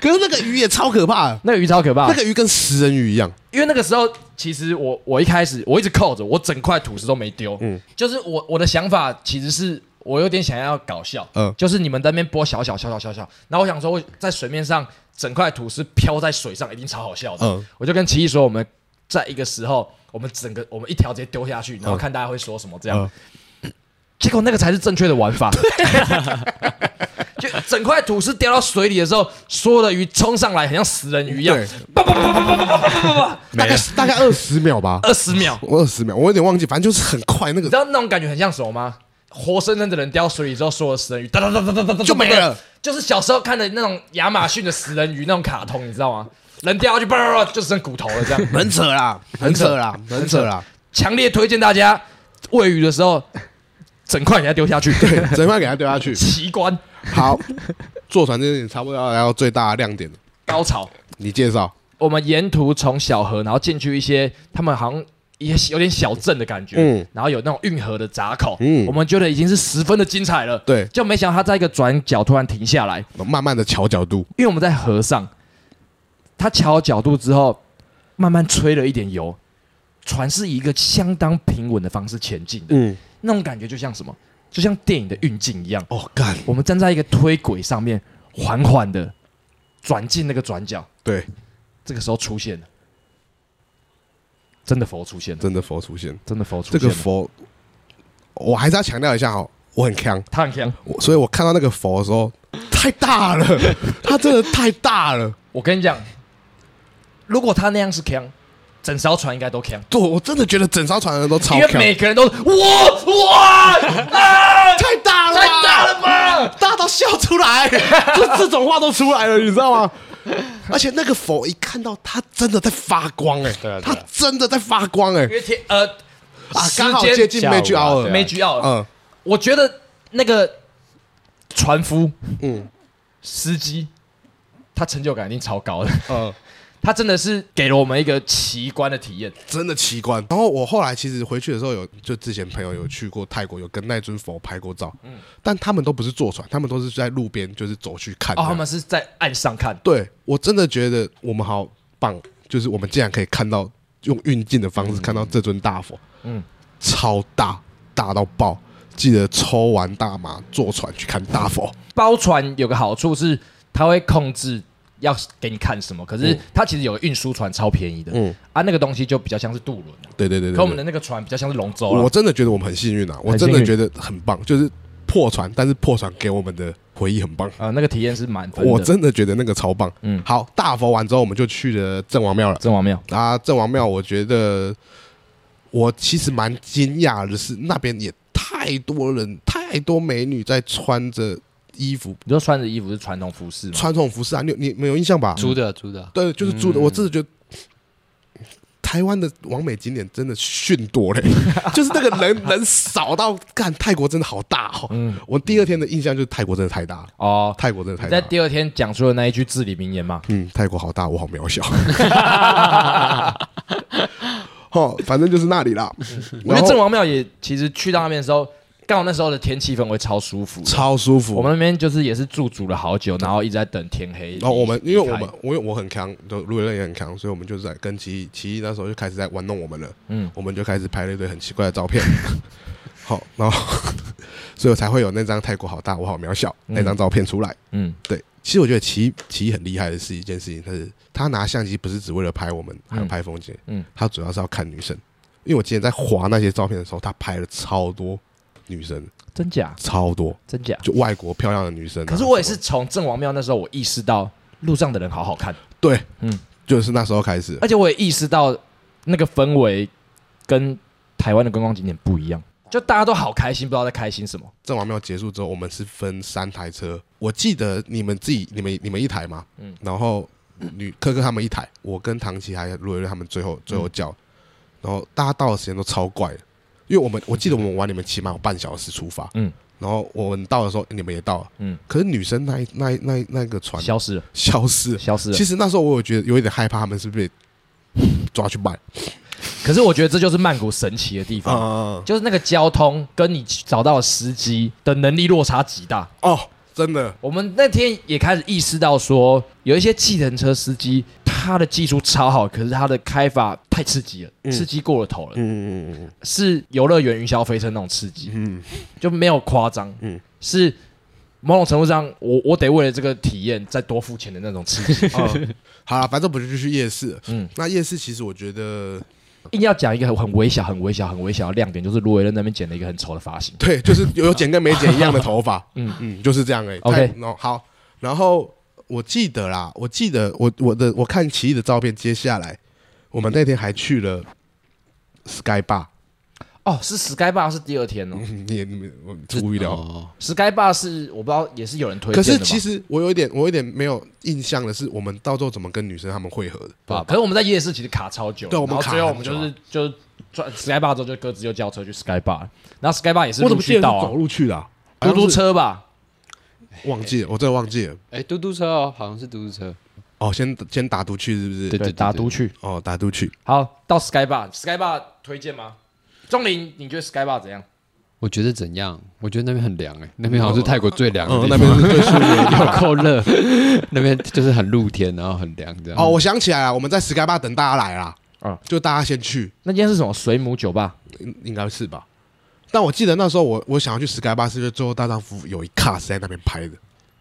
Speaker 2: 可是那个鱼也超可怕、啊，
Speaker 1: *laughs* 那个鱼超可怕，
Speaker 2: 那个鱼跟食人鱼一样，
Speaker 1: 因为那个时候，其实我我一开始我一直扣着，我整块吐司都没丢。嗯
Speaker 2: 嗯，
Speaker 1: 就是我我的想法其实是我有点想要搞笑，嗯
Speaker 2: 嗯，
Speaker 1: 就是你们在那边播小小小小小小，然后我想说我在水面上整块吐司飘在水上，一定超好笑的。
Speaker 2: 嗯
Speaker 1: 我就跟奇艺说，我们在一个时候，我们整个我们一条直接丢下去，然后
Speaker 2: 嗯
Speaker 1: 看大家会说什么这样。
Speaker 2: 嗯
Speaker 1: 结果那个才是正确的玩法。就整块吐司掉到水里的时候，所有的鱼冲上来，很像食人鱼一样
Speaker 2: 对，
Speaker 1: 叭叭叭叭叭叭叭叭叭叭，
Speaker 2: 大概大概二十秒 *laughs* 吧，
Speaker 1: 二十秒。
Speaker 2: 我二十秒，我有点忘记，反正就是很快，那
Speaker 1: 你
Speaker 2: 个
Speaker 1: 知道那种感觉很像什么吗？活生生的人掉水里之后，所有的食人鱼哒哒哒哒哒哒哒
Speaker 2: 就没了，
Speaker 1: 就是小时候看的那种亚马逊的食人鱼那种卡通，你知道吗？人掉下去，叭叭叭，就剩骨头了，这
Speaker 2: *laughs*
Speaker 1: 样。
Speaker 2: 很扯啦，很扯啦， *laughs* 很扯啦。
Speaker 1: 强烈推荐大家喂鱼的时候，整块给它丢下去，
Speaker 2: *laughs* 整块给它丢下去。
Speaker 1: 奇观
Speaker 2: 好，坐船这件事情差不多要来到最大的亮点了。
Speaker 1: 高潮。
Speaker 2: 你介绍，
Speaker 1: 我们沿途从小河，然后进去一些他们好像也有点小镇的感觉，
Speaker 2: 嗯
Speaker 1: 然后有那种运河的闸口，
Speaker 2: 嗯
Speaker 1: 我们觉得已经是十分的精彩了。
Speaker 2: 对
Speaker 1: 就没想到它在一个转角突然停下来，
Speaker 2: 慢慢的瞧角度，
Speaker 1: 因为我们在河上，它调好角度之后，慢慢吹了一点油，船是以一个相当平稳的方式前进的，
Speaker 2: 嗯，
Speaker 1: 那种感觉就像什么，就像电影的运镜一样。
Speaker 2: 哦，干，
Speaker 1: 我们站在一个推轨上面，缓缓的转进那个转角，
Speaker 2: 对，
Speaker 1: 这个时候出现了，真的佛出现了，
Speaker 2: 真的佛出现，
Speaker 1: 真的佛出
Speaker 2: 这
Speaker 1: 现
Speaker 2: 个
Speaker 1: 了。
Speaker 2: 佛，我还是要强调一下哦，我很强，
Speaker 1: 他很强，
Speaker 2: 我所以我看到那个佛的时候，太大了，它真的太大了，
Speaker 1: 我跟你讲，如果他那样是强，整艘船应该都扛，
Speaker 2: 对，我真的觉得整艘船的都超
Speaker 1: 因为
Speaker 2: 强，
Speaker 1: 每个人都我哇啊，
Speaker 2: 太大了，
Speaker 1: 太大了吧！
Speaker 2: 大到笑
Speaker 1: *laughs*
Speaker 2: 出来，这这种话都出来了，你知道吗？而且那个佛一看到他真的在发光哎、
Speaker 3: 对啊对
Speaker 2: 他
Speaker 3: 啊
Speaker 2: 真的在发光哎、
Speaker 1: 因为天呃
Speaker 2: 啊，
Speaker 1: 时
Speaker 2: 刚好接
Speaker 1: 间
Speaker 2: 近
Speaker 3: 下午啊
Speaker 2: Magic Hour，
Speaker 3: 对啊
Speaker 1: Magic 哦 Hour，
Speaker 2: 嗯，
Speaker 1: 我觉得那个船夫，嗯
Speaker 2: 嗯，
Speaker 1: 司机，他成就感一定超高的，
Speaker 2: 嗯
Speaker 1: 他真的是给了我们一个奇观的体验。
Speaker 2: 真的奇观。然后我后来其实回去的时候有，就之前朋友有去过泰国，有跟那尊佛拍过照，
Speaker 1: 嗯
Speaker 2: 但他们都不是坐船，他们都是在路边就是走去看的。
Speaker 1: 哦，他们是在岸上看，
Speaker 2: 对我真的觉得我们好棒，就是我们竟然可以看到用运镜的方式看到这尊大佛，
Speaker 1: 嗯
Speaker 2: 嗯，超大，大到爆。记得抽完大麻坐船去看大佛，
Speaker 1: 包船有个好处是，它会控制要给你看什么，可是
Speaker 2: 嗯
Speaker 1: 它其实有个运输船超便宜的，
Speaker 2: 嗯，
Speaker 1: 啊，那个东西就比较像是渡轮，
Speaker 2: 对对对对
Speaker 1: 可我们的
Speaker 2: 对
Speaker 1: 那个船比较像是龙舟
Speaker 2: 我
Speaker 1: 了。
Speaker 2: 真的觉得我们很幸运啊，我
Speaker 1: 很幸
Speaker 2: 真
Speaker 1: 运
Speaker 2: 的觉得很棒，就是破船，但是破船给我们的回忆很棒。
Speaker 1: 呃，那个体验是满分的。
Speaker 2: 我真的觉得那个超棒。
Speaker 1: 嗯
Speaker 2: 嗯，好，大佛完之后，我们就去了郑王庙了。
Speaker 1: 真王庙，
Speaker 2: 啊，郑王庙，我觉得我其实蛮惊讶的是，那边也太多人，太多美女在穿着衣服，
Speaker 1: 你说穿着衣服是传统服饰吗？
Speaker 2: 穿这种服饰啊，你有你没有印象吧？
Speaker 3: 租的租的，
Speaker 2: 对，
Speaker 1: 嗯
Speaker 2: 就是租的。我真的觉得。嗯台湾的完美景点真的逊多
Speaker 1: *laughs*
Speaker 2: 嘞，就是那个人人少到干，泰国真的好大哦。
Speaker 1: 嗯
Speaker 2: 我第二天的印象就是泰国真的太大了，
Speaker 1: 哦，
Speaker 2: 泰国真的太
Speaker 1: 你
Speaker 2: 大
Speaker 1: 在
Speaker 2: 了。
Speaker 1: 第二天讲出的那一句至理名言嘛，
Speaker 2: 嗯，泰国好大，我好
Speaker 1: *laughs*
Speaker 2: 渺小。 *laughs* 哦，反正就是那里啦。
Speaker 1: 嗯我觉
Speaker 2: 然
Speaker 1: 得
Speaker 2: 后
Speaker 1: 郑王庙也其实去到那边的时候，刚好那时候的天气氛围超舒服。
Speaker 2: 超舒服。
Speaker 1: 我们那边就是也是驻足了好久，然后一直在等天黑离。
Speaker 2: 然后我们，因为我
Speaker 1: 离
Speaker 2: 们
Speaker 1: 开，
Speaker 2: 我我很强，就路人也很强，所以我们就是在跟奇艺，奇艺那时候就开始在玩弄我们了。
Speaker 1: 嗯
Speaker 2: 嗯，我们就开始拍了一堆很奇怪的
Speaker 1: *laughs*
Speaker 2: 照片。好，然后， *laughs* 所以我才会有那张泰国好大，我好渺小那张照片出来。
Speaker 1: 嗯，
Speaker 2: 对，其实我觉得奇艺奇艺很厉害的是一件事情，他是他拿相机不是只为了拍我们，还有
Speaker 1: 嗯
Speaker 2: 拍风景，
Speaker 1: 嗯
Speaker 2: 嗯，他主要是要看女生。因为我今天在划那些照片的时候，他拍了超多女生，
Speaker 1: 真假
Speaker 2: 超多，
Speaker 1: 真假。
Speaker 2: 就外国漂亮的女生啊、
Speaker 1: 可是我也
Speaker 2: 什
Speaker 1: 是
Speaker 2: 么
Speaker 1: 从郑王庙那时候，我意识到路上的人好好看，
Speaker 2: 对，
Speaker 1: 嗯
Speaker 2: 嗯，就是那时候开始，
Speaker 1: 而且我也意识到那个氛围跟台湾的观光景点不一样，就大家都好开心，不知道在开心什么。
Speaker 2: 郑王庙结束之后，我们是分三台车。我记得你们自己、你们、你们一台嘛，
Speaker 1: 嗯
Speaker 2: 嗯，然后女科科他们一台，我跟唐琪还有罗瑞他们最后最后叫，然后大家到的时间都超怪的，因为我们我记得我们晚你们起码有半小时出发，
Speaker 1: 嗯
Speaker 2: 嗯，然后我们到的时候你们也到了，
Speaker 1: 嗯
Speaker 2: 嗯，可是女生那一那一那一那个船
Speaker 1: 消失了，
Speaker 2: 消失了。
Speaker 1: 消失了
Speaker 2: 其。实那时候我有觉得有一点害怕，他们是不是被抓去卖？
Speaker 1: 可是我觉得这就是曼谷神奇的地
Speaker 2: 啊
Speaker 1: 方，就是那个交通跟你找到的司机的能力落差极大。
Speaker 2: 哦，真的，
Speaker 1: 我们那天也开始意识到说，有一些计程车司机，他的技术超好，可是他的开法太刺激了，刺激过了头了，
Speaker 2: 嗯嗯嗯
Speaker 1: 是游乐园云霄飞车那种刺激，
Speaker 2: 嗯
Speaker 1: 就没有夸张，
Speaker 2: 嗯
Speaker 1: 是某种程度上，我我得为了这个体验再多付钱的那种刺激。
Speaker 2: *laughs*
Speaker 1: 哦
Speaker 2: 嗯，好了，反正我们就去夜市了。
Speaker 1: 嗯
Speaker 2: 嗯，那夜市其实我觉得，
Speaker 1: 硬要讲一个很很微小、很微小、很微小的亮点，就是卢维恩那边剪了一个很丑的发型，
Speaker 2: 对，就是有剪跟没剪一样的头发。嗯嗯，就是这样哎、欸。
Speaker 1: OK
Speaker 2: 太哦好，然后我记得啦，我记得我我的我看奇异的照片，接下来我们那天还去了 Sky Bar，
Speaker 1: 哦，是 Sky Bar 是第二天哦、
Speaker 2: 嗯你也你们我出乎意料。
Speaker 3: 哦，
Speaker 1: s k y Bar 是我不知道也是有人推
Speaker 2: 可
Speaker 1: 荐的
Speaker 2: 是
Speaker 1: 吧
Speaker 2: 其实我有一点，我有一点没有印象的是，我们到时候怎么跟女生她们会合的？
Speaker 1: 啊，可是我们在夜市其实卡超久，
Speaker 2: 对我们
Speaker 1: 然后
Speaker 2: 卡
Speaker 1: 最后我们
Speaker 2: 很
Speaker 1: 就
Speaker 2: 久啊
Speaker 1: 是就转 Sky Bar 之后就各自又叫车去 Sky Bar，然后 Sky Bar 也是
Speaker 2: 我怎
Speaker 1: 陆
Speaker 2: 么记
Speaker 1: 续
Speaker 2: 得是
Speaker 1: 到
Speaker 2: 走
Speaker 1: 啊，
Speaker 2: 路去的、啊？
Speaker 1: 嘟嘟车吧，
Speaker 2: 忘记了，我真的忘记了。
Speaker 3: 哎，嘟嘟车哦，好像是嘟嘟车，
Speaker 2: 哦，先先打赌去是不
Speaker 3: 对
Speaker 2: 是？
Speaker 1: 对，打都去。
Speaker 2: 哦，打赌去。
Speaker 1: 好，到 Sky Bar，Sky Bar 推荐吗？钟林，你觉得 Sky Bar 怎样？
Speaker 3: 我觉得怎样？我觉得那边很凉哎，那边好像是泰国最凉的地
Speaker 2: 嗯，
Speaker 3: 方，
Speaker 2: 那边是最舒服的。
Speaker 3: 有够热，那边就是很露天，然后很凉这样。
Speaker 2: 哦，我想起来了，我们在 Sky Bar 等大家来啦。
Speaker 1: 啊
Speaker 2: 啊，就大家先去，
Speaker 1: 那间是什么水母酒吧？
Speaker 2: 应应该是吧？但我记得那时候我我想要去 Sky Bar，是因为最后大丈夫有一卡是在那边拍的，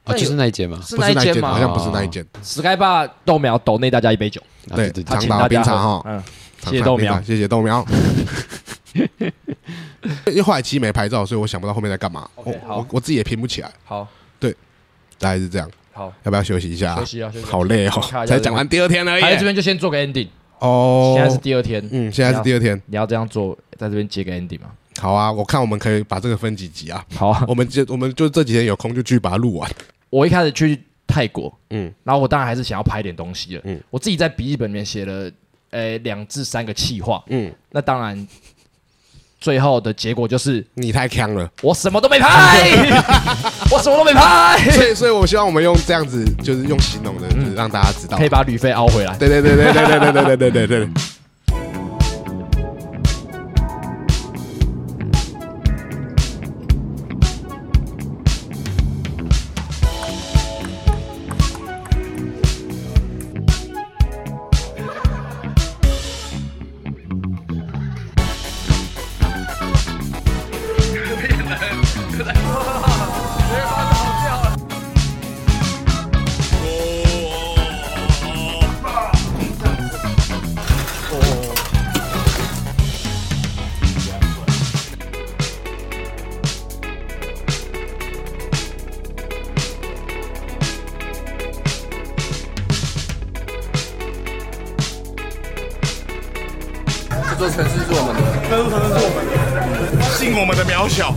Speaker 3: 哦，就是那一间嘛。
Speaker 1: 是
Speaker 2: 不
Speaker 1: 那
Speaker 2: 是
Speaker 1: 一
Speaker 2: 那一
Speaker 1: 间
Speaker 2: 间，好
Speaker 1: 吗哦
Speaker 2: 像不是那一间。
Speaker 1: ？Sky Bar 豆苗斗内大家一杯酒，
Speaker 3: 啊
Speaker 2: 对
Speaker 3: 对对
Speaker 1: 他
Speaker 2: 长
Speaker 1: 请
Speaker 2: 岛
Speaker 1: 大家
Speaker 2: 冰
Speaker 1: 喝
Speaker 2: 茶哦哈
Speaker 1: 嗯，
Speaker 2: 长
Speaker 1: 谢谢
Speaker 2: 滩
Speaker 1: 豆
Speaker 2: 冰
Speaker 1: 苗
Speaker 2: 场 *laughs* 谢谢豆苗。因为后来其实没拍照，所以我想不到后面在干嘛。我
Speaker 1: OK，好
Speaker 2: 我我自己也拼不起来，
Speaker 1: 好
Speaker 2: 大概是这样。
Speaker 1: 好
Speaker 2: 要不要休息一下
Speaker 1: 休？息啊，休息啊。
Speaker 2: 好累哦
Speaker 1: *laughs* 看一下，
Speaker 2: 才讲完第二天而已
Speaker 1: 还有。这边就先做个 ending，
Speaker 2: 哦，
Speaker 1: 现在是第二天，
Speaker 2: 嗯，现在是第二天。
Speaker 1: 你要这样做，在这边接个 ending 吗？
Speaker 2: 好啊，我看我们可以把这个分几集啊。
Speaker 1: 好啊，
Speaker 2: 我们就我们就这几天有空就去把它录完。
Speaker 1: 我一开始去泰国，
Speaker 2: 嗯，
Speaker 1: 然后我当然还是想要拍点东西了，
Speaker 2: 嗯
Speaker 1: 我自己在笔记本里面写了，呃，两至三个气话，
Speaker 2: 嗯，
Speaker 1: 那当然，最后的结果就是
Speaker 2: 你太强了，
Speaker 1: 我什么都没拍， *laughs* 我什么都没拍，
Speaker 2: 所以所以我希望我们用这样子，就是用形容的，就是让大家知道
Speaker 1: 可。以把旅费凹回来。
Speaker 2: 对对对对对对对对对对对对。
Speaker 5: 这座城市是我们的，
Speaker 6: 信我们的渺小，